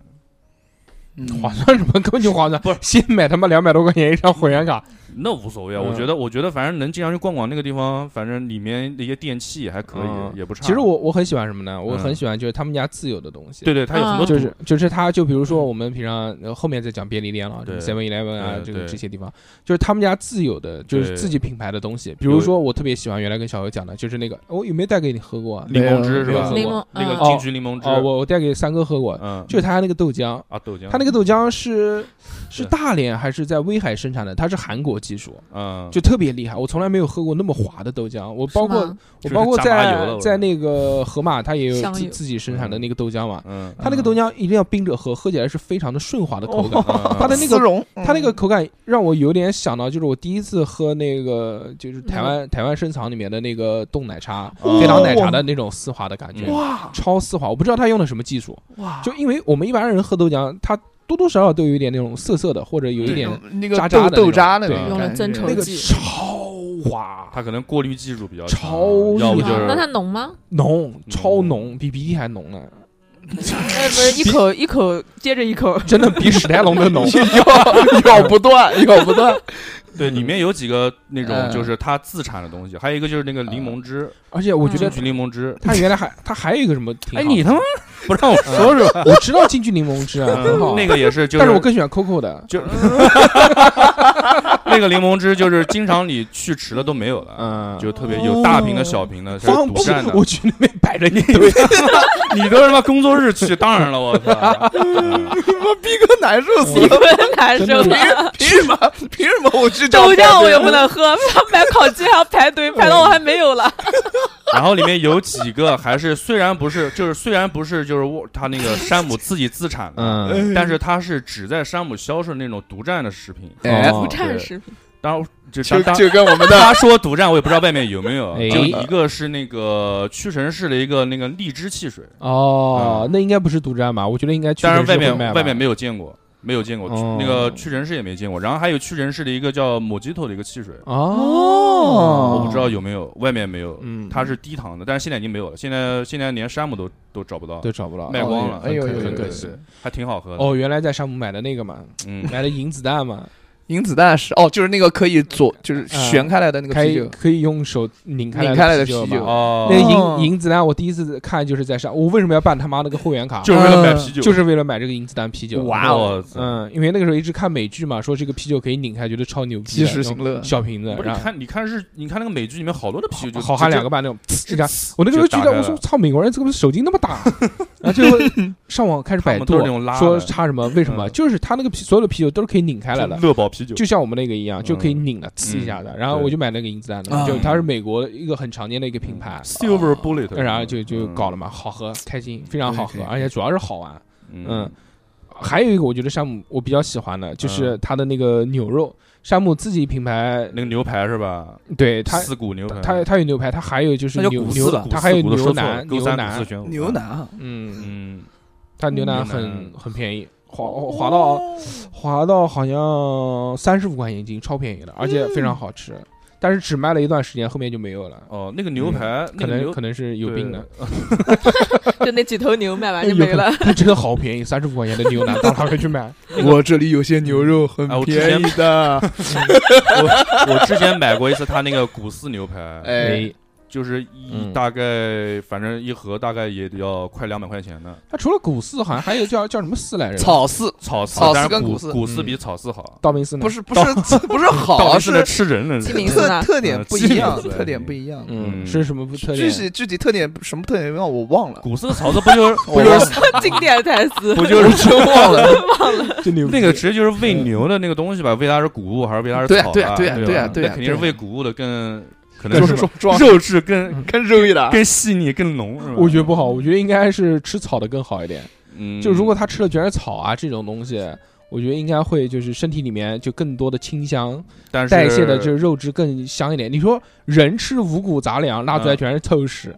嗯划算什么？根本就划算，不是先买他妈两百多块钱一张会员卡，那无所谓啊，嗯我觉得我觉得反正能经常去逛逛那个地方，反正里面的一些电器也还可以，嗯也不差。其实我我很喜欢什么呢？我嗯很喜欢就是他们家自有的东西。对对，它有很啊多嗯就主是就是他，就比如说我们平常呃后面再讲便利店了对，Seven Eleven 啊，对这个对这些地方，就是他们家自有的，就是对自己品牌的东西。比如说，我特别喜欢原来跟小游讲的，就是那个，我有没有带给你喝过啊？柠檬汁是没有吧？没有喝过那柠个檬金桔柠檬汁，哦，我我带给三哥喝过，嗯，就是他那个豆浆，啊豆浆，他那个豆浆是是对大连还是在威海生产的？它是韩国技术，嗯，就特别厉害。我从来没有喝过那么滑的豆浆，我包括是吗我就是包括加麻油了在我在那个盒马，它也有香自油自己生产的那个豆浆嘛。嗯，它那个豆浆一定要冰着喝，喝起来是非常的顺滑的口感。 哦它的那丝个绒，它那个嗯口感让我有点想到，就是我第一次喝那个就是台湾台湾深藏里面的那个冻奶茶，嗯哦黑糖奶茶的那种丝滑的感觉，哇超丝滑。我不知道他用的什么技术，哇，就因为我们一般人喝豆浆，它多多少少都有一点那种涩涩的，或者有一点嗯那个渣渣的豆那豆种渣的对那种用了感增觉稠那个剂超滑，它可能过滤技术比较强超要不级就啊那它是 浓吗？浓，嗯超浓，比鼻涕还浓呢，哎，不是一口一口接着一口，真的比史泰龙都 浓。咬咬不断，咬不断，对里面有几个那种嗯就是它自产的东西，还有一个就是那个柠檬汁，而且我觉金得桔柠檬汁。他原来还他还有一个什么挺好的，哎嗯他妈不让我说是吧？我知道金桔柠檬汁啊，很好，嗯那个也是，就但是我更喜欢 COCO 的， 就那个柠檬汁，就是经常你去迟了都没有了，嗯，就特别有大瓶的、小瓶的，是放独屁占！的。我去那边摆着你，对， 你都他妈工作日去，当然了，我操！嗯妈逼哥难受 死比了！分难受真了。凭什么？凭什么我去这样豆排浆队我也不能喝， 他买烤鸡还要排队，排到我还没有了。然后里面有几个还是虽然不是，就是虽然不是就是沃他那个山姆自己自产的，嗯，但是它是只在山姆销售那种独占的食品。哎，哦不占食品，当然 就就当当就跟我们的他说独占，我也不知道外面有没有。啊哎就一个是那个屈臣氏的一个那个荔枝汽水，哦，那应该不是独占吧？我觉得应该屈但臣是氏嗯外会卖吧，面外面没有见过，没有见过，哦那个屈臣氏也没见过。然后还有屈臣氏的一个叫某吉头的一个汽水，哦，哦我不知道有没有，外面没有。嗯，它是低糖的，但是现在已经没有了。现在现在连山姆都都找不到，都找不到卖光了，哎呦很哎呦很哎呦可哎惜呦，还挺好喝的。哦，原来在山姆买的那个嘛， 嗯，买的银子弹嘛，银子弹是哦，就是那个可以左就是旋开来的那个可啤以酒，可以用手拧开拧开来的酒啤酒嘛。哦那，哦银银子弹，我第一次看就是在山，我为什么要办他妈那个会员卡？就是为了买啤酒，嗯就是为了买这个银子弹啤酒。哇哦，嗯，因为那个时候一直看美剧嘛，说这个啤酒可以拧开，觉得超牛逼及的，时行乐那种。小瓶子，不是然你后看你看是，你看那个美剧里面好多的啤酒就好汉两个，半那种，一下。我那个时候就觉得，打开我了说操，美国人怎么手机那么 大？啊然后最后上网开始百他们度都是那种拉，的说差什么？为什么？嗯就是他那个啤所有的啤酒都是可以拧开就来的，乐宝啤酒就像我们那个一样，就可以嗯拧的，呲一下的。嗯然后我对嗯就买那个银子弹的，啊就它是美国一个很常见的一个品牌， Silver Bullet，然后就就搞了嘛，嘛，好喝，开心，非常好喝，对对而且主要是好玩。嗯嗯，还有一个我觉得山姆我比较喜欢的嗯就是它的那个牛肉，山姆自己品牌那，个牛排是吧？对它四股牛排，它它有牛排，它还有就是那叫牛古牛四了，它还有四股的牛说错了腩勾牛三股腩四，玄武牛，腩啊，嗯，嗯，它牛腩牛腩很很便宜，划哦划到划到好像三十五块钱一斤，超便宜的，而且非常好吃。但是只卖了一段时间，后面就没有了。哦，那个牛排，那可个能牛可能是有病的， 就那几头牛卖完就有没了。可能。真的好便宜，三十五块钱的牛腩，到哪会去买？我这里有些牛肉很哎我之便前宜的， 我之前买过一次他那个古四牛排，哎，没。就是一嗯大概反正一盒大概也得要快两百块钱的。它除了古四，好像还有叫叫什么四来着？草饲草丝，草丝但是跟古古丝古丝比草丝好，道明寺呢？不是不是不是到好底是是在吃人呢。鸡是 鸣寺特呢？特点嗯不鸡一鸣样，寺特点不一样。嗯，嗯是什么不特具点？体具体特点什么特点没有我忘了，古丝的草丝不就是不我就忘是 了，经典台词。不就是真 忘了。就牛逼那个直接就是喂牛的那个东西吧？喂它是谷物还是喂它是对啊草啊？对啊对啊吧对啊对啊那肯定是对喂谷物的更可能就是是吧说装肉质更跟肉一打，更细腻更浓，是吧？我觉得不好，我觉得应该是吃草的更好一点。嗯，就如果他吃的全是草啊这种东西，我觉得应该会就是身体里面就更多的清香，但是代谢的就是肉质更香一点。你说人吃五谷杂粮，拉出来嗯全是臭 屎，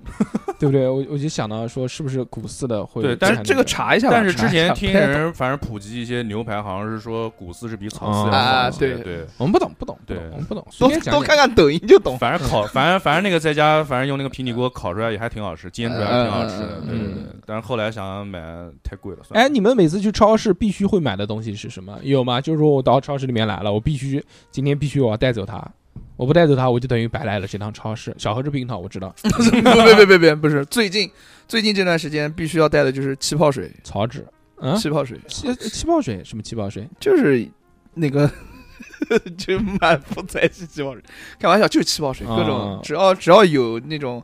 对不对？我我就想到说是不是古四的会对但是产这个生查一下吧。但是之查一前下听人反正普及一些牛排，好像是说古丝是比草丝要啊好一些对对，我们不懂不懂，不对懂我们不懂，随多便讲多讲看看抖音就懂。反正烤，反正反正那个在家，反正用那个平底锅烤出来也还挺好吃，煎出来还挺好吃的，嗯对对对嗯。但是后来想想买太贵了，算了。哎，你们每次去超市必须会买的东西是什么？有吗？就是说我到超市里面来了，我必须今天必须我要带走它，我不带走它，我就等于白来了这趟超市。小何是冰糖，我知道，不别别别别，不是最近最近这段时间必须要带的就是气泡水，草纸，嗯，气泡水气气泡水什么气泡水？就是那个就满腹才气气泡水，开玩笑就是气泡水，各种啊只要只要有那种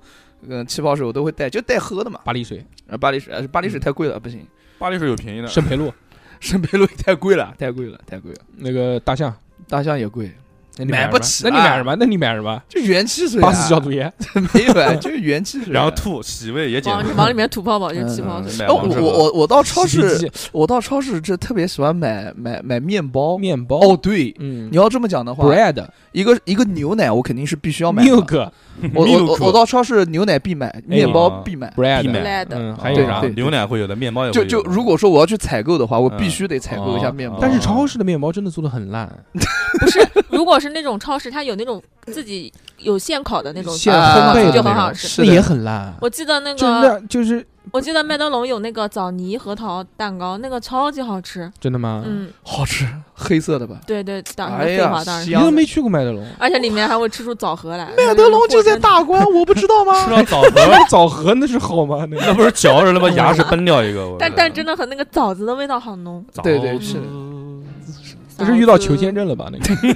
嗯气泡水我都会带，就带喝的嘛。巴黎水、啊，巴黎水啊，巴黎嗯水太贵了，不行，巴黎水有便宜的，圣培露、圣培露太贵了，太贵了，太贵了，那个大象，大象也贵，那你买买不什么起那你买啊什么？那你买什么？就元气水 啊。巴斯消毒液，没有啊，就是元气 水啊。然后吐洗胃也减往肥。往里面吐泡泡就是气泡嗯水。买哦，王我致我和我我到超洗市涤，剂我到超市这特别喜欢买买买面包。面包，哦，对，嗯你要这么讲的话， ，bread、一个一个牛奶我肯定是必须要买的。 milk、哎我我我 Milk 我到超市牛奶必买，面包必买。必买 bread， Bread 嗯，还还有有啥啥？对？对牛奶会有的，面包也会就有的就如果说我要去采购的话，我必嗯须得采购一下哦面包。但是超市的面包真的做的很烂，如果是那种超市，它有那种自己有现烤的那种，现烘焙的就那很好种吃。那是也的，很烂，我记得那真个，的就是我记得麦当劳有那个枣泥核桃蛋糕，那个超级好吃。真的吗？嗯，好吃，黑色的吧？对对，当然哎废呀话，当然你是，香都没去过麦德龙。而且里面还会吃出枣核来。麦德龙就在大关，我不知道吃吗？到枣核，枣核那是好吗？那不是嚼 着他妈牙齿崩掉一个。我但但真的和那个枣子的味道好浓。枣对对是的那是遇到求嗯签，症了吧？那个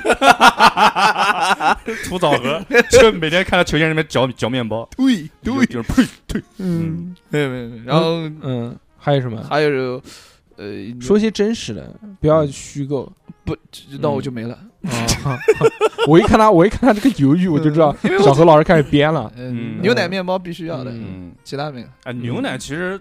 吐枣核， 就每天看到球员那边嚼嚼面包，对就，就是呸， 嗯，没有没有没有。然后嗯，还有什么？还有呃，说一些真实的，不要虚构。 啊那我就没了。 我一看他，我一看他这个犹豫，我就知道 因为小我何老师开始编了。嗯，嗯牛奶面包必须要的，嗯嗯，其他没有。哎，牛奶其实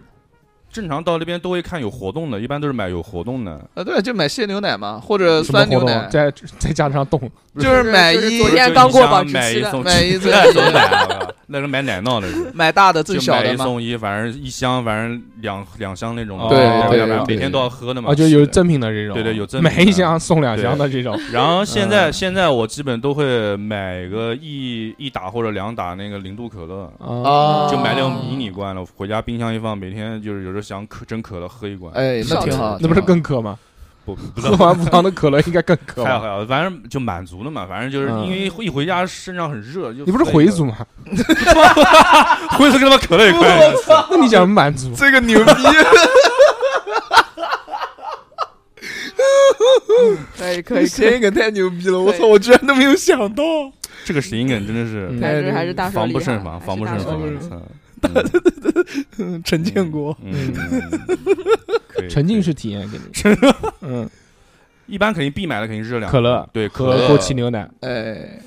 正常到那边都会看有活动的，一般都是买有活动的。啊，对，就买鲜牛奶嘛，或者嗯什么酸活牛奶动？，在在架子上动，就是买就是一昨就天是刚你过想保质买期一的送买一 送赠奶一送奶啊，我靠那是买奶酪的是。买大的就最小买的一嘛。送一，反正一箱，反正两两箱那种的，对对对吧对每天都要喝的嘛。啊，就有赠品的这种，对对有赠品买的一箱送两箱的这种，然后现在、嗯现在我基本都会买个一一打或者两打那个零度可乐，啊，就买那哦种迷你罐了，回家冰箱一放，每天就是有时候想可真渴了喝一罐，哎，那少挺吃好，那不是挺好更渴吗？不不知喝道。完无糖的可乐应该更渴还好吧？还好，反正就满足了嘛，反正就是嗯因为一回家身上很热，就你不是喝一回个族吗？回族跟他妈可乐一块，那你想满 足？这个牛逼！可以可这以可以，谐音梗太牛逼了，我可以操！我居然都没有想到，这个谐音梗真的是嗯还是还是大防手不厉害胜防，还防是不大啊胜手防厉害嗯，操嗯嗯陈建国，嗯，可以沉浸。可式以体验给你，嗯，一般肯定必买的肯定是热量 可乐对可和乐过期牛奶哎，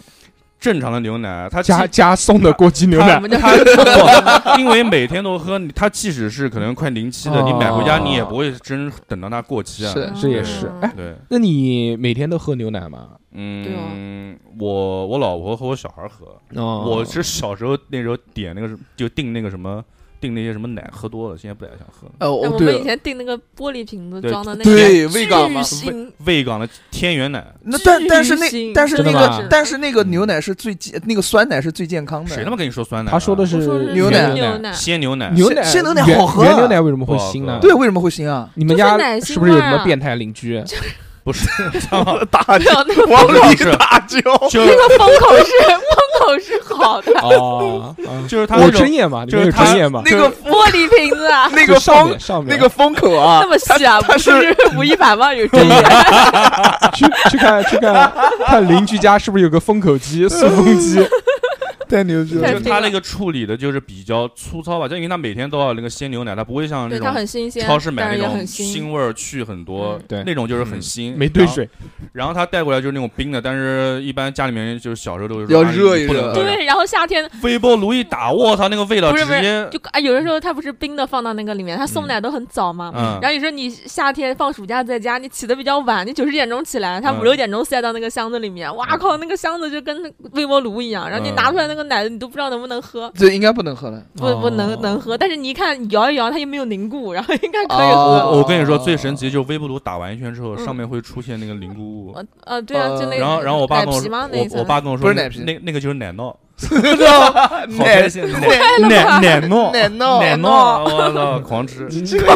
正常的牛奶，它加即加送的过期牛奶我，们就它不因为每天都喝，你它即使是可能快临期的，哦你买回家你也不会真等到它过期啊。是这也是哎对， 那你每天都喝牛奶吗？对嗯，我我老婆和我小孩喝，哦我是小时候那时候点那个什就订那个什么订那些什么奶，喝多了，现在不太想喝了。哦，哎我我们以对，前订那个玻璃瓶子对装的那个对味巨港嘛腥味港的天元奶，那但但是巨那腥但是真那的个吗但是那个牛奶是最健，那个酸奶是最健康的。谁他妈跟你说酸奶啊？他说的是我说牛奶奶，牛奶鲜牛奶，牛奶鲜鲜牛奶原好喝啊原牛奶为什么会腥呢？不好喝对，，为什么会腥 啊？你们就是家奶是不是有什腥味么儿啊变态邻居？不是， 打 没有那个往里是打胶，就那个风口是风口是好的， 哦，啊就是他我那睁种眼嘛，你就们是有他睁眼嘛？ 那个 玻璃瓶子啊，那就个上风面上面那个风 口啊那，么细啊，它不是吴亦凡吗？有这对眼， 去去看去看看邻居家是不是有个风口机、塑封 机？太牛逼太就了是！他那个处理的就是比较粗糙吧，就因为他每天都要那个鲜牛奶，他不会像那对，它种很新鲜，超市买但那是也种很腥味儿去很多嗯，对那种就是很腥，没兑水，然后。然后他带过来就是那种冰的，但是一般家里面就是小时候都是要说热一哎你不能热喝对，然后夏天微波炉一打，我操，那个味道不直是不是接就啊，有的时候它不是冰的放到那个里面，它送嗯奶都很早嘛。嗯然后你说你夏天放暑假在家，你起的比较晚，你九十点钟起来，它嗯五六点钟塞到那个箱子里面，哇靠，那个箱子就跟微波炉一样，然后你嗯拿出来那个奶，你都不知道能不能喝，这应该不能喝 了。不不哦能能喝，但是你一看摇一摇，它又没有凝固，然后应该可以哦喝。我我跟你说最神奇就是微波炉打完一圈之后，嗯上面会出现那个凝固物。呃呃，对啊，就那然后，然后我爸奶跟我皮说，吗？那一我层我爸跟我说，不是奶皮那那个就是 奶酪，好啊奶开心，奶奶奶酪，奶酪哦奶酪，啊我操，狂哦 吃！这个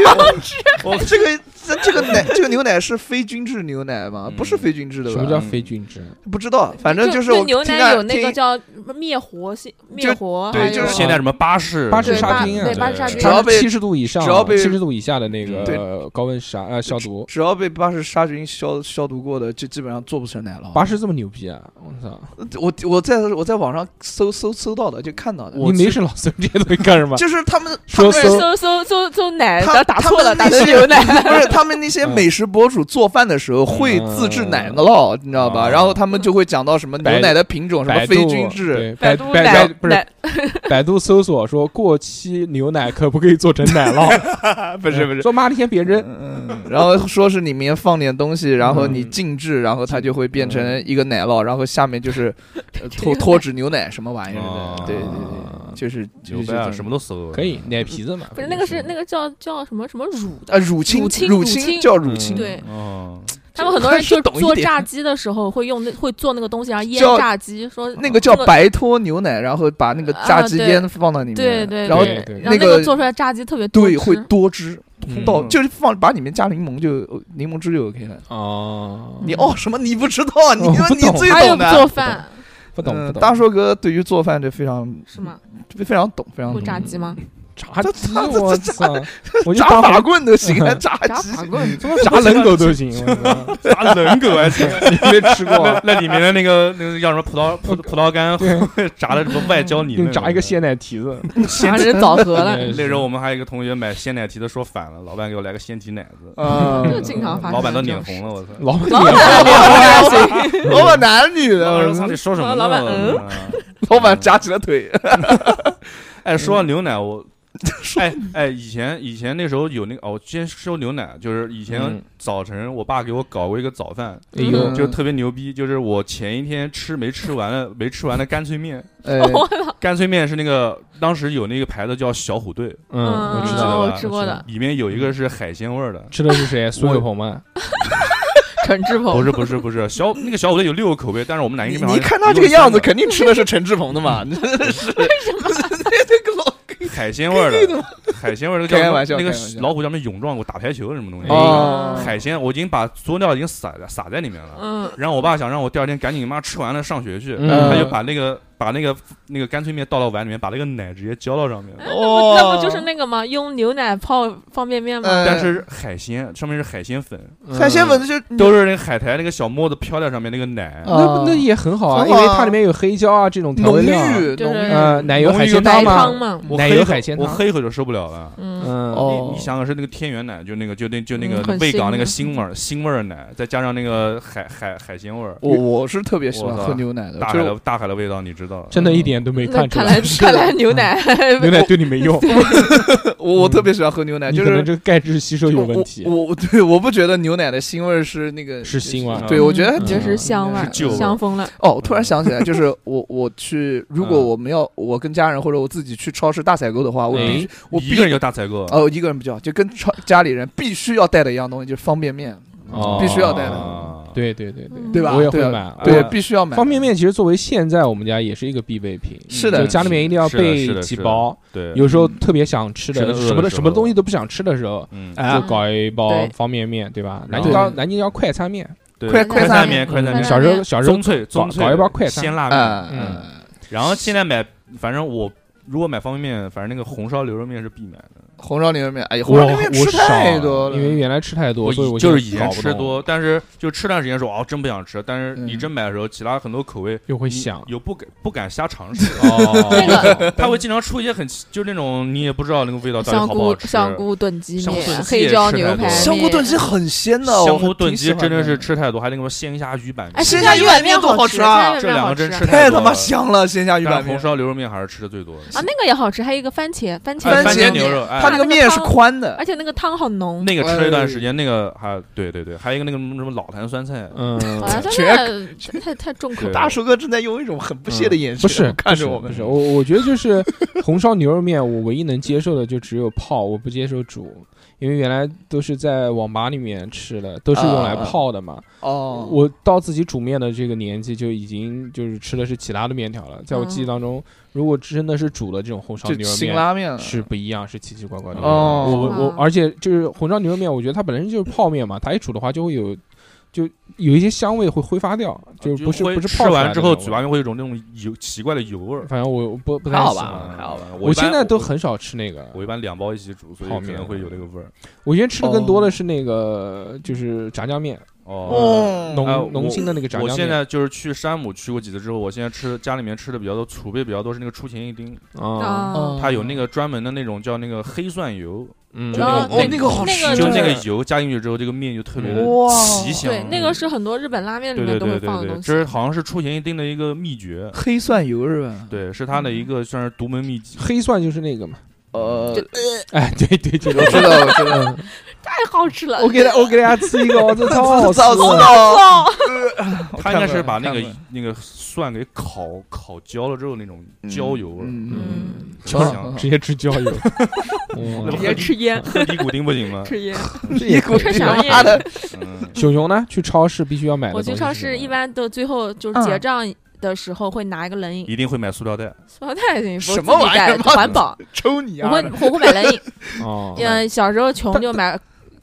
我这个这这个奶这个牛奶是非均质牛奶吗？嗯不是非均质的什吧么？叫非均值？不知道，反正就是我牛听奶啊有那个听，叫灭活性灭就活，对，还就有是现在什么巴士、巴哎对士杀巴菌啊对巴对士杀菌，只要被七十度以上，只要被七十度以下的那个呃对高温杀呃消毒，只要被巴氏杀菌消消毒过的，就基本上做不成奶酪。巴士这么牛逼啊！我操，我我在我在网上搜搜搜到的，就看到的，你没事老搜这些东西干什么？就是他们说他们不搜是搜搜搜搜奶，他哎打打错了，他打们那成些牛 奶。不是他们那些嗯美食博主做饭的时候会自制奶酪，你知道吧？嗯然后他们就会讲到什么啊百牛奶的品种，什么百非度均质，对百度百奶百不是奶百度搜索说过期牛奶可不可以做成奶酪？不是不是。说妈你先别扔，嗯，然后说是里面放点东西，然后你嗯静置，然后它就会变成一个奶酪，然后下 面就是呃脱脱脂牛奶什么玩意啊儿哦的，对对对，就是就牛是掰这啊，种什么都搜。可以奶皮子嘛？不是那个是那个叫叫什么什么乳的，啊乳清乳清乳乳清叫乳清，嗯对哦，他们很多人就还是懂一做点炸鸡的时候会用那会做那个东西，然后腌叫炸鸡，说那个叫白脱牛奶，然后把那个炸鸡呃啊对腌放到里面，对对，然后对对然后那那个个做出来炸鸡特别多对汁会多汁，嗯到就是放把里面加柠檬就哦柠檬汁就 OK 了。哦，你哦什么你不知道，你我说不你懂最嗯他又懂不做的。饭不懂不嗯懂，大硕哥对于做饭就非常是吗？非常懂，非常会懂。 炸鸡吗？炸这鸡，这这我这操！我就炸当法棍都行，还炸炸鸡法棍，炸冷狗都行，我操炸冷狗还行。你没吃过？啊那里面的那个那个叫什么葡萄葡葡萄干对，炸的什么外焦里给嫩，你炸一个鲜奶蹄子，把人饱和了。对那时候我们还有一个同学买鲜奶蹄子说反了，老板给我来个鲜提奶子，啊这经常哦发生老板都这脸种事红了，我操！老板老板老 板，老板男女的，老板我说操你说什么呢？老板嗯我操老板夹起了腿，哎，说到牛奶，我哎哎，以前以前那时候有那个哦，先说牛奶，就是以前嗯早晨我爸给我搞过一个早饭，哎嗯呦，就特别牛逼，就是我前一天吃没吃完的没吃完的干脆面，哎哦干脆面是那个当时有那个牌子叫小虎队，嗯，我知道。道我了吃过 的，里面有一嗯个是海鲜味儿的。吃的是谁？苏有朋吗？陈志不鹏是不是不是，小那个小虎队有六个口味，但是我们南京你这边好你像看他一这共个样子，三肯定吃的是陈志朋的嘛？真的是为什 么？这个老海鲜味儿的，海鲜味儿的叫开什么玩笑那个开玩笑老虎叫什么泳状，我打排球什么东西，哦海鲜我已经把佐料已经撒在撒在里面了。嗯，然后我爸想让我第二天赶紧妈吃完了上学去，嗯他就把那个把那个那个干脆面倒到碗里面，把那个奶直接浇到上面。嗯哎 那不那不就是那个吗？用牛奶泡方便面吗？哦呃但是海鲜上面是海鲜粉，嗯海鲜粉就是都是那个海苔那个小沫子飘在上面那个奶，啊那那也很好啊，很因好啊为它里面有黑椒啊这种调浓味郁料啊，就浓是郁呃，奶油海鲜汤白汤嘛，嘛，我奶喝一油口海鲜我汤喝一口就受不了了。嗯，嗯，哦你你想想是那个天元奶，就那个就那就那嗯个很味腥港那的个腥味儿腥味儿奶，再加上那个海海海鲜味儿，我我是特别喜欢我操喝牛奶的，大就是海的大海的味道，你知道？真的一点都没那看出看来 看来牛奶 牛奶对你没用，我我特别喜欢喝牛奶，嗯你啊就可能是这个钙质吸收有我问题。我我对我不觉得牛奶的腥味儿是那个是腥味啊儿对我觉得还嗯挺就是香味是旧儿，味儿香疯了。哦，我突然想起来，就是我我去，如果嗯我们要我跟家人或者我自己去超市大采购的话，哎我必须我一必个人就大采购，哦一个人比较就跟超家里人必须要带的一样东西就是方便面，哦必须要带的。对对对对，嗯对吧？我也会对吧买。对，我必须要啊买方便面其实作为现在我们家也是一个必备品，是就的，家里面一定要是的是备的几是的包。对，有时候特别想吃吃的得饿的什么时什么候东西都不想吃的时候，嗯，就就搞一包对方便面，对吧？南然京后当南京叫快餐面，嗯对嗯快快快餐餐面，面快餐面，小时候小时候中脆中脆，搞一包快餐鲜辣面。啊嗯嗯，然后现在买，反正我如果买方便面，反正那个红烧牛肉面是必买的。红烧牛肉面，哎呀，红我烧牛肉面我吃太多少，了，因为原来吃太多，所以以我就是现在以前搞不吃动多，但是就吃段时间说哦真不想吃，但是你嗯真买的时候，其他很多口味又会你想有不敢不敢瞎尝 试。那哦，个他会经常出一些很奇就是那种你也不知道那个味道到底香好不好菇吃。香菇炖鸡香菇炖面、鸡黑也椒吃牛排太多面、了香菇炖鸡很鲜的，香我菇炖挺喜鸡欢真的是的吃太多，还有那个什么鲜虾鱼板面，哎，鲜鲜虾虾鱼鱼板板面面多好好吃啊鲜虾这鱼板两好个吃真啊吃太多他妈了香了，鲜虾鱼但板是红面，烧牛肉面还是吃的最多的。啊，那个也好吃，还有一个番茄番茄番番茄茄牛肉，它那哎，那个个面是汤宽的，而且那个汤好浓。那个吃了一段哎时间，那个还对对对，还有一个那个什么老坛酸菜，嗯，好像全真的太太重口对了。大叔哥正在用一种很不嗯屑的眼神、不是看着我不们，是我，我觉得就是 红烧牛肉面，我唯一能接受的就只有泡，我不接受煮，因为原来都是在网吧里面吃的，都是用来啊泡的嘛。哦，我到自己煮面的这个年纪，就已经就是吃的是其他的面条了。在我记忆当中，如果真的是煮的这种红烧嗯就牛肉辛面，拉面了是不一样，是奇奇怪怪的。哦我我我啊，而且就是红烧牛肉面，我觉得它本身就是泡面嘛，它一煮的话就会有，就有一些香味会挥发掉，就就不是会不是吃泡出来完的之后那种嘴巴里面会有一种那种油奇怪的油味味儿嗯儿，反正我我不不太还好喜吧欢还好吧啊我现在都一般很少吃那个，我一般两包一起煮，所以泡可面啊能会有那个味儿。我以前吃的哦更多的是那个就是炸酱面，哦，哦，浓哎我浓心的嗯那个炸我酱现面在就是去山姆去过几次之后，我现在吃家里面吃的比较多，储备比较多是那个出前一丁，啊，啊，它有那个专门的那种叫那个黑蒜油，嗯就那啊个对，哦那那个好啊那吃，个就对那个油加进去之后，这个面就特别的哇哦奇香。对，那个是很多日本拉面里对对面都对会对放的对，东这西。是好像是出前一丁的一个秘诀，黑蒜油是吧？，对，是他的嗯一个算是独门秘籍。黑蒜就是那个嘛，呃，就哎，对对对，我知道，我知道，太好吃嗯了。我给大我给大家吃一个， 我这超好吃早知的，道，哦，他应该是把那看个过那个蒜给烤烤焦了之后那种焦油味儿， 嗯，嗯，椒很香。 直接吃椒 油，哇嗯别吃烟，喝尼古丁不 行吗？吃烟。 一股吃啥妈的，嗯，熊熊呢？去超市必须要买的我东西去是什么。超市一般都最后就是结账的时候会拿一个冷饮，一定会买塑料袋。塑料袋行，什么玩意儿我自己带的环保。 抽你我啊会！我会买冷饮，哦，嗯，小时候穷就买在哦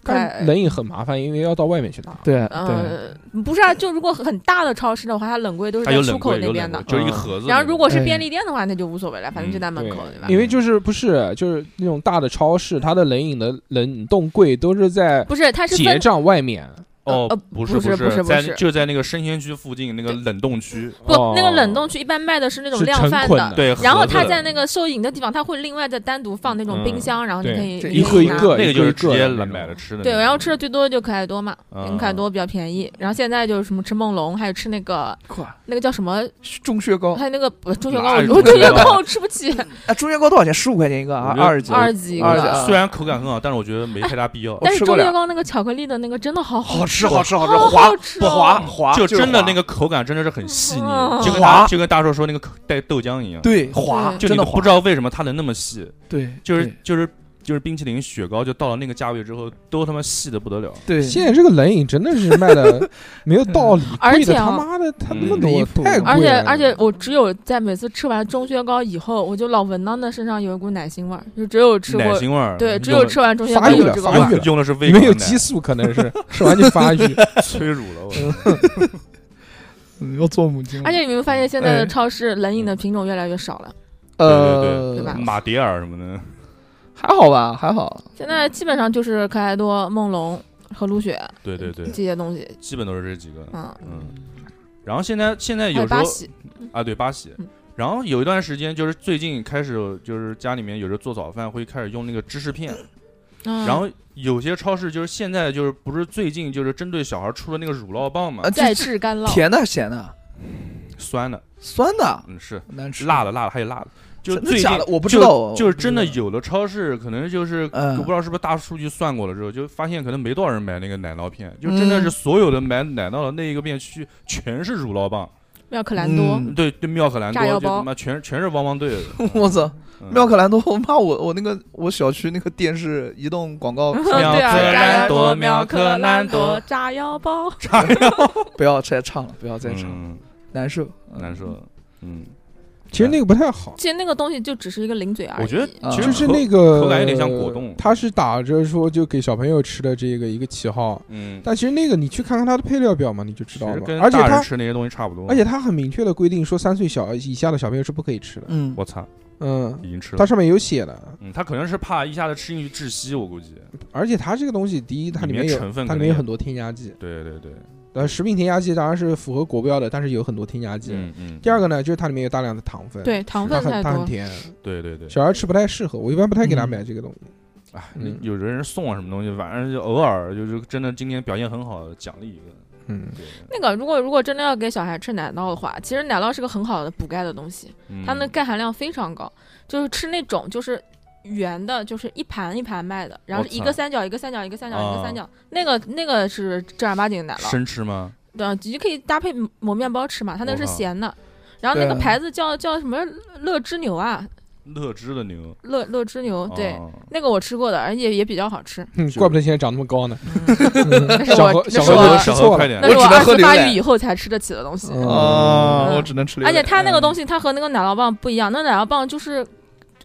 但冷饮很麻烦，因为要到外面去拿。对对，呃，不是啊，就如果很大的超市的话，它冷柜都是它在有出冷口柜，那有边冷的嗯柜，。就是一个盒子那种。然后如果是哎便利店的话，那就无所谓了，反正就在门口，嗯对吧？因为就是不是就是那种大的超市，它的冷饮的冷冻柜都是在不是，它是结分账外面。哦呃，不不是是不是是，不在是就在那个生鲜区附近那个冷冻区，不哦那个冷冻区一般卖的是那种是量成贩捆的的，对，然后盒子它在那个收银的地方，它会另外再单独放那种冰箱，然后你可以对一盒一拿个那个就是直那接来种买了吃的那种。对，然后吃的最多的就可爱多嘛，嗯因为可爱多比较便宜。然后现在就是什么吃梦龙，还有吃那个快那个叫什么，中雪糕还有那个不中雪糕，哪有我我中中雪雪糕糕我吃不起，啊，中雪糕多少钱？十五块钱一个我啊，觉得二十几，二十几一二十个啊。虽然口感很好，但是我觉得没太大必要。但是吃中过雪俩糕那个巧克力的那个真的好好好吃，好吃，好吃，好滑好吃不哦滑滑，就就是真的滑那个口感真的是很细嗯腻，就跟大滑就跟大硕说那个口带豆浆一样，对滑，对就真你的不滑知，道为什么它能那么细，对，就是就是就是冰淇淋、雪糕，就到了那个价位之后，都他妈细的不得了。对现在这个冷饮真的是卖的没有道理，而贵的且啊他妈的他那么嗯多离谱太而贵且了。而且我只有在每次吃完中雪糕以后，我就老闻到那身上有一股奶腥味儿，就只有吃奶过腥味儿，嗯对，只有用吃完中雪发糕育有了这个味发儿育。了的用的是胃里面有管奶激素，可能是吃完就 发育。催乳了，我嗯要做母亲了而且你有没有发现现在的哎超市冷饮的品种越来越少了？呃对对吧马迭尔什么的，还好吧，还好，现在基本上就是可爱多、梦龙和卢雪对对对这，些东西，基本都是这几个。嗯，嗯，然后现在现在还有有时八候喜，啊，对巴西嗯。然后有一段时间，就是最近开始，就是家里面有时候做早饭会开始用那个芝士片，嗯，然后有些超市就是现在就是不是最近就是针对小孩出了那个乳酪棒嘛呃，再这制干酪，甜的、咸的、酸的，酸的，嗯是难吃，辣的辣的还有辣的，就真的最近假的我不知就道就是真的我不知有了超市，可能就是嗯我不知道是不是大数据算过了之后，就发现可能没多少人买那个奶酪片，就真的是所有的买奶酪的那一个片区全是乳酪棒，妙可蓝多，嗯对对，妙可蓝多炸药就包他妈全全是汪汪队的， 我操，嗯妙可蓝多，我妈我我那个我小区那个电视移动广告 对啊，妙可炸蓝药多包，妙可蓝多炸药包，不要再唱了，不要再唱了，嗯，难受，嗯难受，嗯，其实那个不太好，其实那个东西就只是一个零嘴而已。我觉得啊其实就是口那个口感有点像果冻它是打着说就给小朋友吃的这个一个旗号，嗯，但其实那个你去看看它的配料表嘛，你就知其道实了跟。而且大人它吃那些东西差不多，而且它很明确的规定说，三岁小以下的小朋友是不可以吃的。嗯，我操，嗯，已经吃了它。上面有写的。嗯，他可能是怕一下子吃进去窒息，我估计。而且它这个东西，第一它里里面面有 成分它可里能面也有很多添加剂。对对对，呃，食品添加剂当然是符合国标的，但是有很多添加剂。嗯嗯。第二个，呢，就是它里面有大量的糖分，，对糖它分很太它很多，甜，对对对，小孩吃不太适合。我一般不太给他嗯买这个东西。哎，嗯有的人送啊什么东西，反正就偶尔就是真的今天表现很好，奖励一个。嗯，对，那个如果如果真的要给小孩吃奶酪的话，其实奶酪是个很好的补钙的东西，它那嗯钙含量非常高，就是吃那种就是圆的，就是一盘一盘卖的，然后我是操一个三角一个三角一个三角一啊个三角，那个那个是正儿八经的奶酪，生吃吗？对，你可以搭配抹面包吃嘛，它那个我是靠咸的。然后那个对牌子叫叫什么乐之牛啊，乐之的牛，乐乐之牛，哦对，啊那个我吃过的，而且也比较好 吃。嗯 是怪不得现在长那么高呢。那是小嗯我何那小是何何都我吃小错何了。快点 那，是我只能二喝十牛发奶育以后才吃得起的东西。嗯哦啊，嗯我只能吃榴而莲，且它那嗯个东西西，它和那个奶酪棒不一样，那奶酪棒就是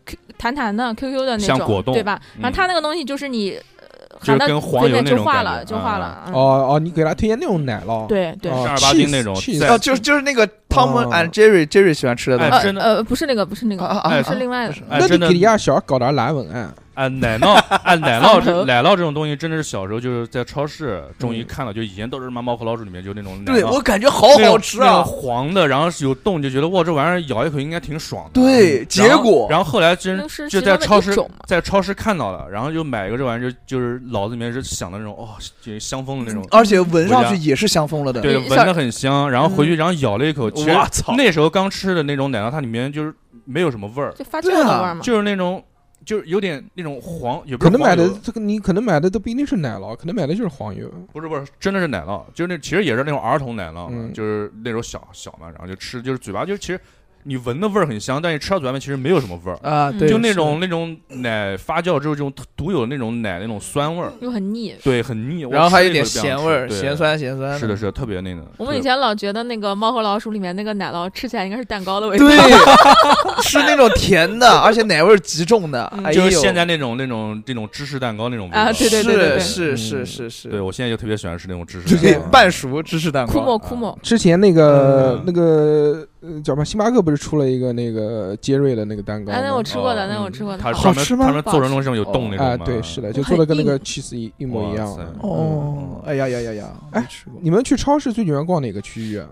Q 弹弹的、QQ 的那像种，果冻对吧？嗯然后它那个东西就是你呃就是含到跟黄嘴油里那就种化感了，觉啊就化了。嗯哦哦，你给他推荐那种奶酪？对对，哦正儿八经那种 cheese- 在啊，就是就是那个汤姆哦 and Jerry Jerry 喜欢吃的东哎西呃真的呃，不是那个，不是那啊啊个，啊哎啊，是另外的不是。哎那你真的给人家小孩搞点哎懒文案，啊，奶酪啊，奶酪上头这奶酪这种东西，真的是小时候就是在超市终于看了，就以前都是妈猫和老鼠里面就那种奶酪，对我感觉好哦那种好吃那种啊，黄的，然后是有冻，就觉得哇，这玩意儿咬一口应该挺爽的。嗯对，然结后果然后后来那真是就其在中的超一市种嘛在超市看到了，然后就买一个这玩意儿，就就是脑子里面是想的那种哦，就是香风的那种，而且闻回家上去也是香疯了的，对，对闻像的很香，然后回去然后咬了一口，其实我嗯操，那时候刚吃的那种奶酪，它里面就是没有什么味儿，就发酵的味儿嘛。啊就是那种就是有点那种黄，也不可是能买黄油的这个你可能买的都不一定是奶酪，可能买的就是黄油。不是不是，真的是奶酪，就是那其实也是那种儿童奶酪嘛，嗯就是那种小小嘛，然后就吃，就是嘴巴就是其实你闻的味儿很香，但是吃到嘴外面其实没有什么味儿，啊，嗯对，就那是种那种奶发酵之后这种独有的那种奶那种酸味儿，又很腻。对，很腻。然后我吃还有一也点不想咸吃味儿，对咸酸咸酸是的，是的，特别那个。我们以前老觉得那个《猫和老鼠》里面那个奶酪吃起来应该是蛋糕的味道，对，哎 是那种甜的，而且奶味儿极重的，嗯哎就呦，是现在那种那种这种芝士蛋糕那种味道。啊对对对对对是嗯是是是对是，我现在就特别喜欢吃那种芝直士接蛋糕，啊半熟芝士蛋枯糕，木枯木，之前那个、嗯那个呃叫什么？星巴克不是出了一个那个杰瑞的那个蛋糕吗？哎，那我吃过的，哦那我嗯吃过的它，好专好门吃哦吗他们做成那种有洞那种啊、嘛对，是的，嗯就做的跟那很个 cheese 一一模一样哇塞的。哦，哎呀呀呀呀，哎没吃过，你们去超市最喜欢逛哪个区域啊？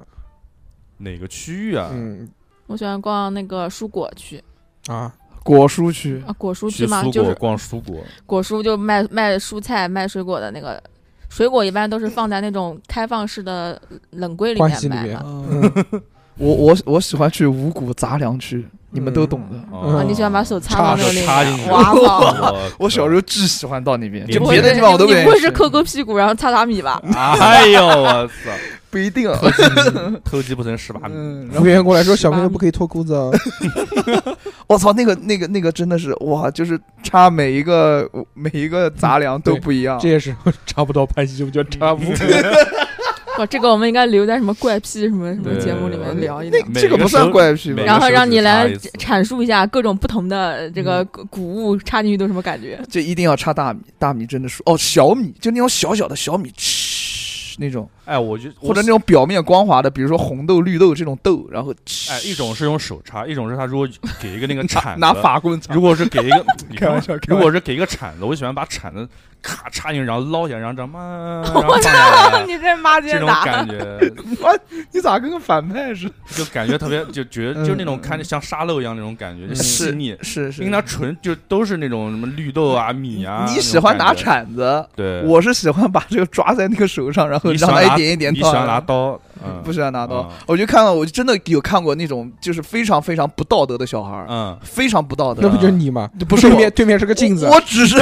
哪个区域啊？嗯我喜欢逛那个蔬果区啊，果蔬区啊，果蔬去区嘛，蔬就果是逛蔬果，果蔬就卖卖蔬菜、卖水果的那个。水果一般都是放在那种开放式的冷柜里关面系里卖面嘛。嗯我我我喜欢去五谷杂粮区，你们都懂的。啊，哦你喜欢把手插插到那个里插进去面？哇 操！我我小时候巨喜欢到那边，嗯你就不会别的地方我都你愿你意不会是去抠抠屁股然后擦擦米吧？ 哎呦我操！不一定啊，偷鸡不成蚀把米。嗯服务员过来说：“小朋友18不可以脱裤子哦。我操，那个那个那个真的是哇，就是差每一个每一个杂粮都对不一啊样” 这，也 是嗯差不到潘西就叫差不多。哇，这个我们应该留在什么怪癖什么什么对节目里面聊一聊。每这个个不算手怪癖每吧个？然后手让指你插来一次阐述一下各种不同的这个谷谷物插进去都什么感觉？ 就一定要插大米，大米真的是哦，小米就那种小小的小米，嗤那种，哎，我就或者那种表面光滑的，比如说红豆、绿豆这种豆，然后嗤哎，一种是用手插，一种是他如果给一个那个铲 子，拿法棍插 如。果是给一个，你开看玩笑，开如玩笑果是给一个铲子，我喜欢把铲子咔插进去，然后捞起来，然后这 样慢，然后放下来， 你这妈这尖种打，感觉你咋跟个反派似的？ 就感觉特别，就觉得就那种嗯看着像沙漏一样那种感觉，就细是腻，是是，因为它纯就都是那种什么绿豆啊、米啊，你喜欢拿那种感铲子，觉？对，我是喜欢把这个抓在那个手上，然后你喜让欢它拿一点一点你喜到。欢拿刀，嗯不喜欢拿刀，嗯我就看到，我真的有看过那种就是非常非常不道德的小孩儿，嗯，非常不道德。那不就是你吗？啊不是对我面对面是个镜子我，我 只是，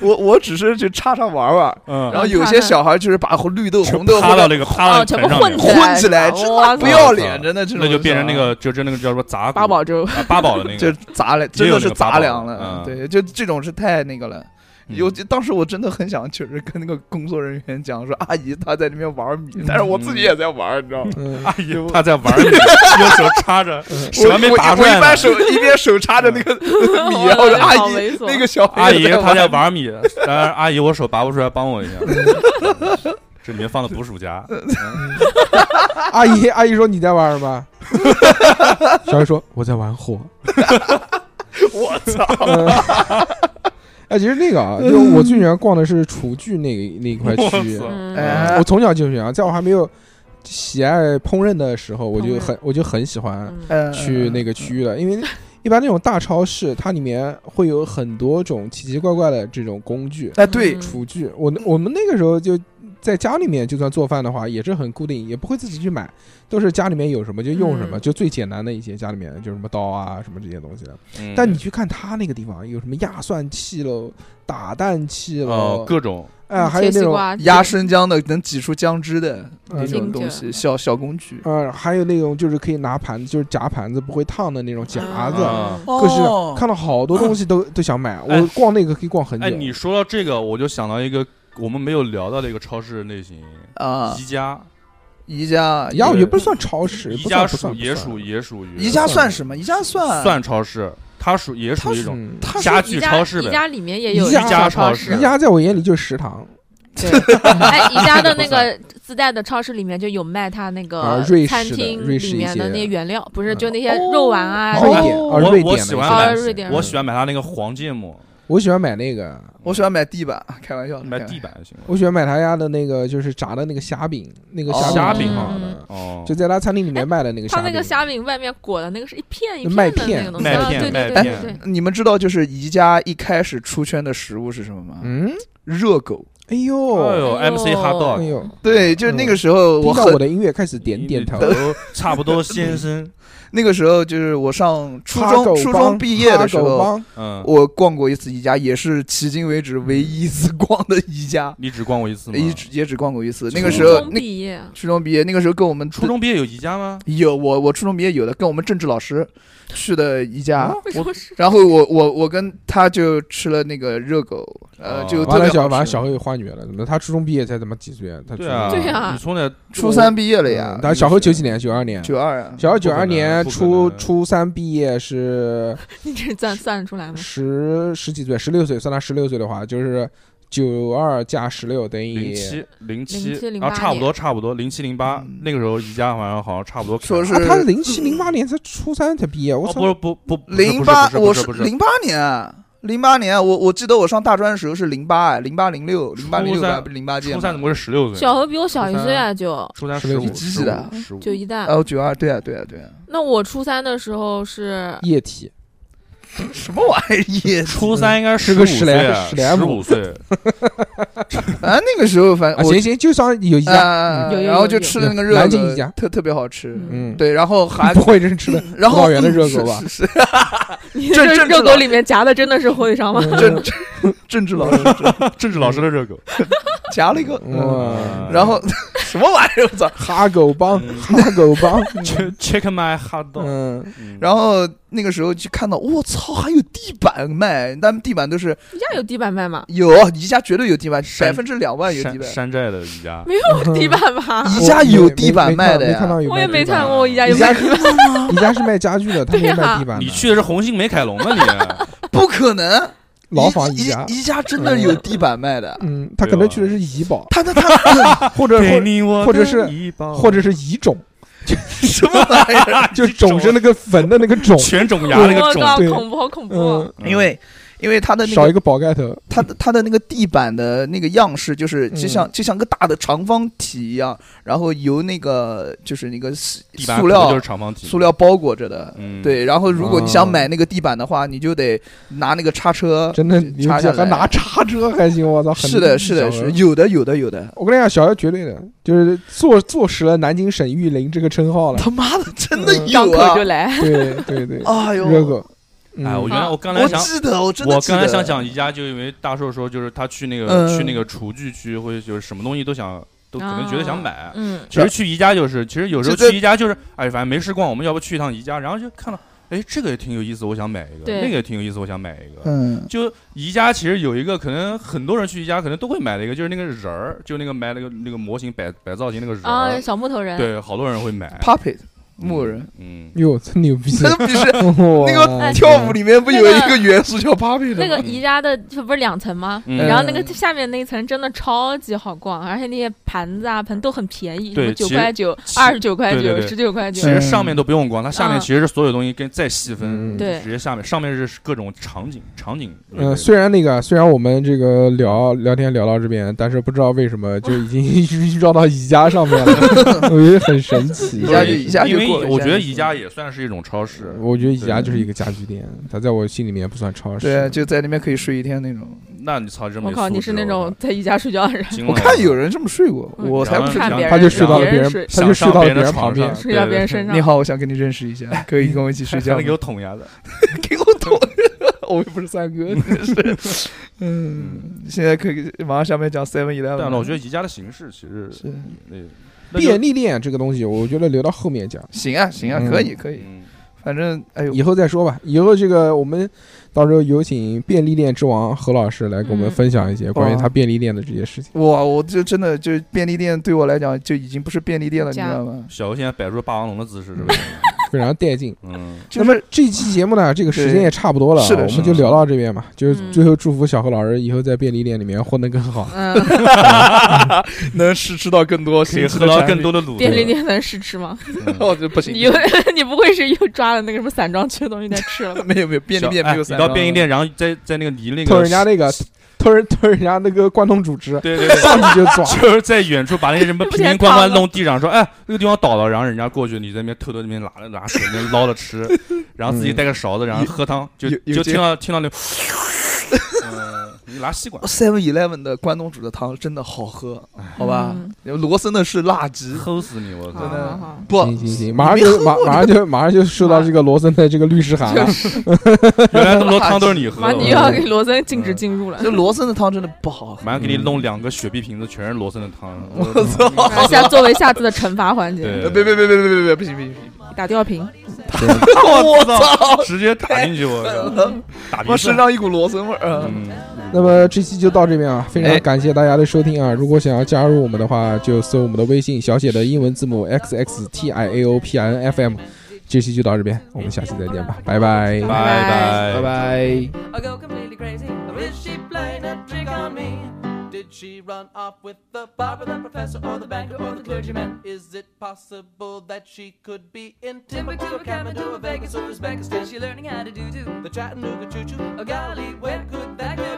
我我只是去插插玩玩。嗯然后有些小孩就是把绿豆、红豆趴或到者那个趴哦，到全那部个盆上混面，起来混来，真的哇塞不要脸，真的这种那就变成那个就就那个叫什么杂八谷宝 粥，啊八宝的 那就个是，杂粮，也真有的是那个八杂宝粮的了。嗯对，就这种是太那个了。有嗯当时我真的很想，就是跟那个工作人员讲说，阿姨她在那边玩嗯米，但是我自己也在玩，你知道吗？嗯，阿姨她哎在玩儿你， 用手插着，手还没我拔我出来我一呢。般手一边手插着那个米，然后说阿好姨猥琐那个小朋 阿友姨她玩在玩米， 然而阿姨我手拔不出来，帮我一下。这里面放的捕鼠夹，嗯 阿姨， 阿姨说你在玩吗？ 小孩说我在玩 火。 我 操！嗯 哎，其实那个啊，就我最喜欢逛的是厨具那个那一块哇区域。塞哎嗯我从小就喜欢，在我还没有喜爱烹饪的时候，我就很我就很喜欢嗯呃去那个区域了，因为一般那种大超市，它里面会有很多种奇奇怪怪的这种工具、哎，对嗯，厨具。我那我们那个时候就在家里面，就算做饭的话，也是很固定，也不会自己去买，都是家里面有什么就用什么，嗯就最简单的一些，家里面就什么刀啊什么这些东西的。嗯但你去看他那个地方，有什么压蒜器喽、打蛋器哦喽，各种哎，还有切那西种瓜压生姜的，能挤出姜汁的那嗯种东西，嗯小小工具。呃，还有那种就是可以拿盘子，就是夹盘子不会烫的那种夹子，啊嗯各式各样看到好多东西 都、都想买。哎我逛那个可以逛很久。哎，你说到这个，我就想到一个我们没有聊到的一个超市类型，啊，宜家，宜家宜家对也不算超市，宜不算家不属算也不算属也属于宜家算算什么？宜家算算超市，它属也属于一种嗯，它是家宜具家超市宜呗。家里面也有宜家小超市市宜。家在我眼里就是食堂对，哎，宜家 的那个自带的超市里面就有卖它那啊个瑞士餐的厅瑞士里面一的些那些原料，不是嗯就那些肉丸啊，瑞什典么啊，瑞典的那些我我喜欢买东西瑞典我喜欢买它那个黄芥末，我喜欢买那个，我喜欢买地板，开玩笑，买开玩地笑。板就行了。我喜欢买他家的那个就是炸的那个虾饼，那个哦虾虾饼挺好嗯的，哦，就在他餐厅里面卖的那个它虾那饼个。虾饼外面裹的那个是一片一麦片片的那个东西，麦啊片对对麦对对片对，你们知道就是宜家一开始出圈的食物是什么吗？嗯，热狗，哎哎呦，呦哎呦，MC 哈道哎，呦，对，就是那个时候听我到很嗯我的音乐开始点点头你。 差不多先生，那个时候就是我上初哈中狗初帮中毕业的时哈狗候，帮嗯，我逛过一次宜家，也是迄今为止唯一一次逛的宜家，你只逛过一次吗？一直也只逛过一次。那个初时候中那毕业啊，初中毕业那个时候跟我们初中毕业有宜家吗？有我我初中毕业有的跟我们政治老师去的宜啊家。 为什么是然后我我我跟他就吃了那个热狗，呃，哦就特完别了小完好了吃小黑花女了，怎么他初中毕业才他妈几岁啊？他初对中啊，对啊你从哪？初三毕业了呀嗯，但是小黑九就是几年？九二年。九二啊，小黑不九可二能年不可初能初三毕业是你这算算得出来吗？十十几岁，十六岁，算他十六岁的话，就是九二加十六等零于七零07七， 08然后差不多差不多零七零八嗯，那个时候宜家好像好像差不多开。说是啊，他是零七零八年才初三才毕业，我哦，操！不是不不不是零不八，是不我是是不是零八年啊，零八年啊，我我记得我上大专的时候是零八哎，零八零六，零八零初六三不是零八届初吗三怎么会是十六岁？小何比我小一岁啊，就初三十十六五，岁几几的十五，就一代。哦，九二，对啊，对啊，对啊，那我初三的时候是 液体，什么玩意儿？ 初三应该是十个五史岁莱啊，史莱姆十五岁，反正那个时候，反啊，呃正我行行，就上有一啊啊家，啊啊有有有然后就吃了那个热南京一家狗，特特别好吃，嗯，对，然后 还不会真吃的 然葡后萄园的热狗吧是是是你这这这热狗里面夹的真的是火 腿肠吗？政治政 治老师政治老师的热狗。啊夹了一个，嗯 嗯，然 后 什么玩意儿？我操！哈狗帮，嗯哈狗 帮， check check my hot dog，啊嗯，嗯然后那个时候就看到，我操，还有地板卖，他们地板都是宜家有地板卖吗？有宜家绝对有地板，山百分之两万有地山板。山寨的宜家，没有地板吧？宜家我有没地板没看卖的 没呀看到有我卖也地没板看过我宜家宜有家卖是地板。宜家是卖家具的，他没对卖呀地板的。你去的是红星美凯龙吗？你不可能，牢房宜宜家，宜家真的有地板卖的。嗯，他可能去的是怡宝，他他他或者给或你我或者是的一包或者是怡种， 什么玩意 儿？就是种是那个坟的那个种，全种 牙那个我种，靠，对恐怖，好恐怖！嗯，嗯因为因为他的那少一个个宝盖头，他的他的那个地板的那个样式，就是就像就像个大的长方体一样，然后由那个就是那个塑地板塑可能就料是长方体，塑料包裹着的。嗯，对，然后如果你哦想买那个地板的话，你就得拿那个叉车真的牛逼，插下还来。拿叉车还行，我操，很是的，是的，小嗯是何的有的，有的，有的。我跟你讲，小姚绝对的，就是坐坐实了南京省玉林这个称号了。 他妈的，真的嗯张有口啊就！来，对对对，哎呦，热狗，哎，我嗯，原来好我刚才我想。记得，我真的我记得刚才想讲宜家，就因为大寿说，就是他去那个嗯去那个厨具区，或者就是什么东西都想，都可能觉得想买。嗯，其实去宜家就是，其实有时候这去宜家就是，哎，反正没事逛，我们要不去一趟宜家，然后就看到，哎，这个也挺有意思，我想买一个；对那个也挺有意思，我想买一个。嗯，就宜家其实有一个，可能很多人去宜家可能都会买的一个，就是那个人儿，就那个买那个那个模型摆摆造型那个人啊，儿，小木头人，对，好多人会买。 Puppet 木偶人，嗯，哟，真牛逼！ 那不是那那个跳舞里面不有一个元素叫 Puppet 那的个吗？宜家的这不是两层吗？嗯然后那个嗯下面那一层真的超级好逛，而且那些盘子啊盆都很便宜，什对么九其实块九、其二十九块对九、对对十九块其九，实上面都不用逛，它下面嗯其实是所有东西跟再细分，嗯对直接下面上面是各种场景场景类的。嗯，虽然那个虽然我们这个聊聊天聊到这边，但是不知道为什么就已经遇 到到宜家上面了， 我觉得很神奇宜对。家就宜家就因为过了嗯我觉得宜家就宜家也算是一种超市。我觉得宜家就是一个家具店，它在我心里面不算超市。对，就在那边可以睡一天那种。那你操，真没我靠，你是那种在宜家睡觉的人，嗯我看有人这么睡过，嗯我才不睡看呢别人他就睡到了别别人睡，他就睡到了别人旁边想上别人的床上。睡到别人身上你。好，我想跟你认识一下， 可以跟我一起睡还觉能吗给？我捅一下子。给我躲着， 我又不是三 哥，你是。嗯，现在可以马上下面讲 Seven Eleven。但了，我觉得宜家的形式其实是 那那就便利店这个东西，我觉得留到后面讲，行啊，行啊，嗯可以可以，嗯反正哎呦以，后再说吧。以后这个我们到时候有请便利店之王何老师来给我们嗯分享一些关于他便利店的这些事情。哇，我就真的就便利店对我来讲就已经不是便利店了，你知家道吗？小欧现在摆出霸王龙的姿势，是不是？非常带劲。嗯，那就么是这期节目呢，这个时间也差不多了啊，是的我是们的就聊到这边吧。就是嗯最后祝福小何老师以后在便利店里面混得更好。嗯， 能试吃到更多，可以喝到更多的。的卤嗯便利店能试吃吗？ 哦，这不行你，又你不会是又抓了那个什么散装区的东西在吃了吧？没有没有，便利店没有哎你三。到便利，店，然后在在那个离那个偷人家那个，偷人偷人家那个关东煮吃，对对 对，上去就抓。 就是在远处把那些什么瓶瓶罐罐弄地上，说哎那个地方倒了，然后人家过去，你在那边偷偷那边拿了拿手那边捞着吃，然后自己带个勺子，然后喝汤，就有有就些听到听到那，嗯你拿吸管 Seven Eleven 的关东煮的汤真的好喝，哎好吧？嗯罗森的是辣极，齁死你！我好操！的好啊好，不行行行，马上就马马上就马上就收到这个罗森的这个律师函了。原来那么多汤都是你喝马的，上你又要给罗森禁止进入了，这罗森的汤真的不好喝。马上给你弄两个雪碧瓶子，全是罗森的汤。我 操！啊下作为下次的惩罚环节，对，呃别别别别别别别，不行不行不行！打吊瓶。 我操！直接打进去，我操！打鼻我子身。上一股罗森味儿。嗯嗯，那么这期就到这边啊，非哎常感谢大家的收听啊！如果想要加入我们的话，就搜我们的微信小写的英文字母 x x t i a o p i n f m。这期就到这边，我们下期再见吧，拜拜。拜拜拜拜。 I go completely crazy. Or is she playing a trick on me? Did she run off with the barber, the professor, or the banker, or the clergyman? Is it possible that she could be in Timbuktu, or Kathmandu, or Vegas, or Uzbekistan? Is she learning how to do do? The Chattanooga choo choo. Oh golly, where could that go? oh,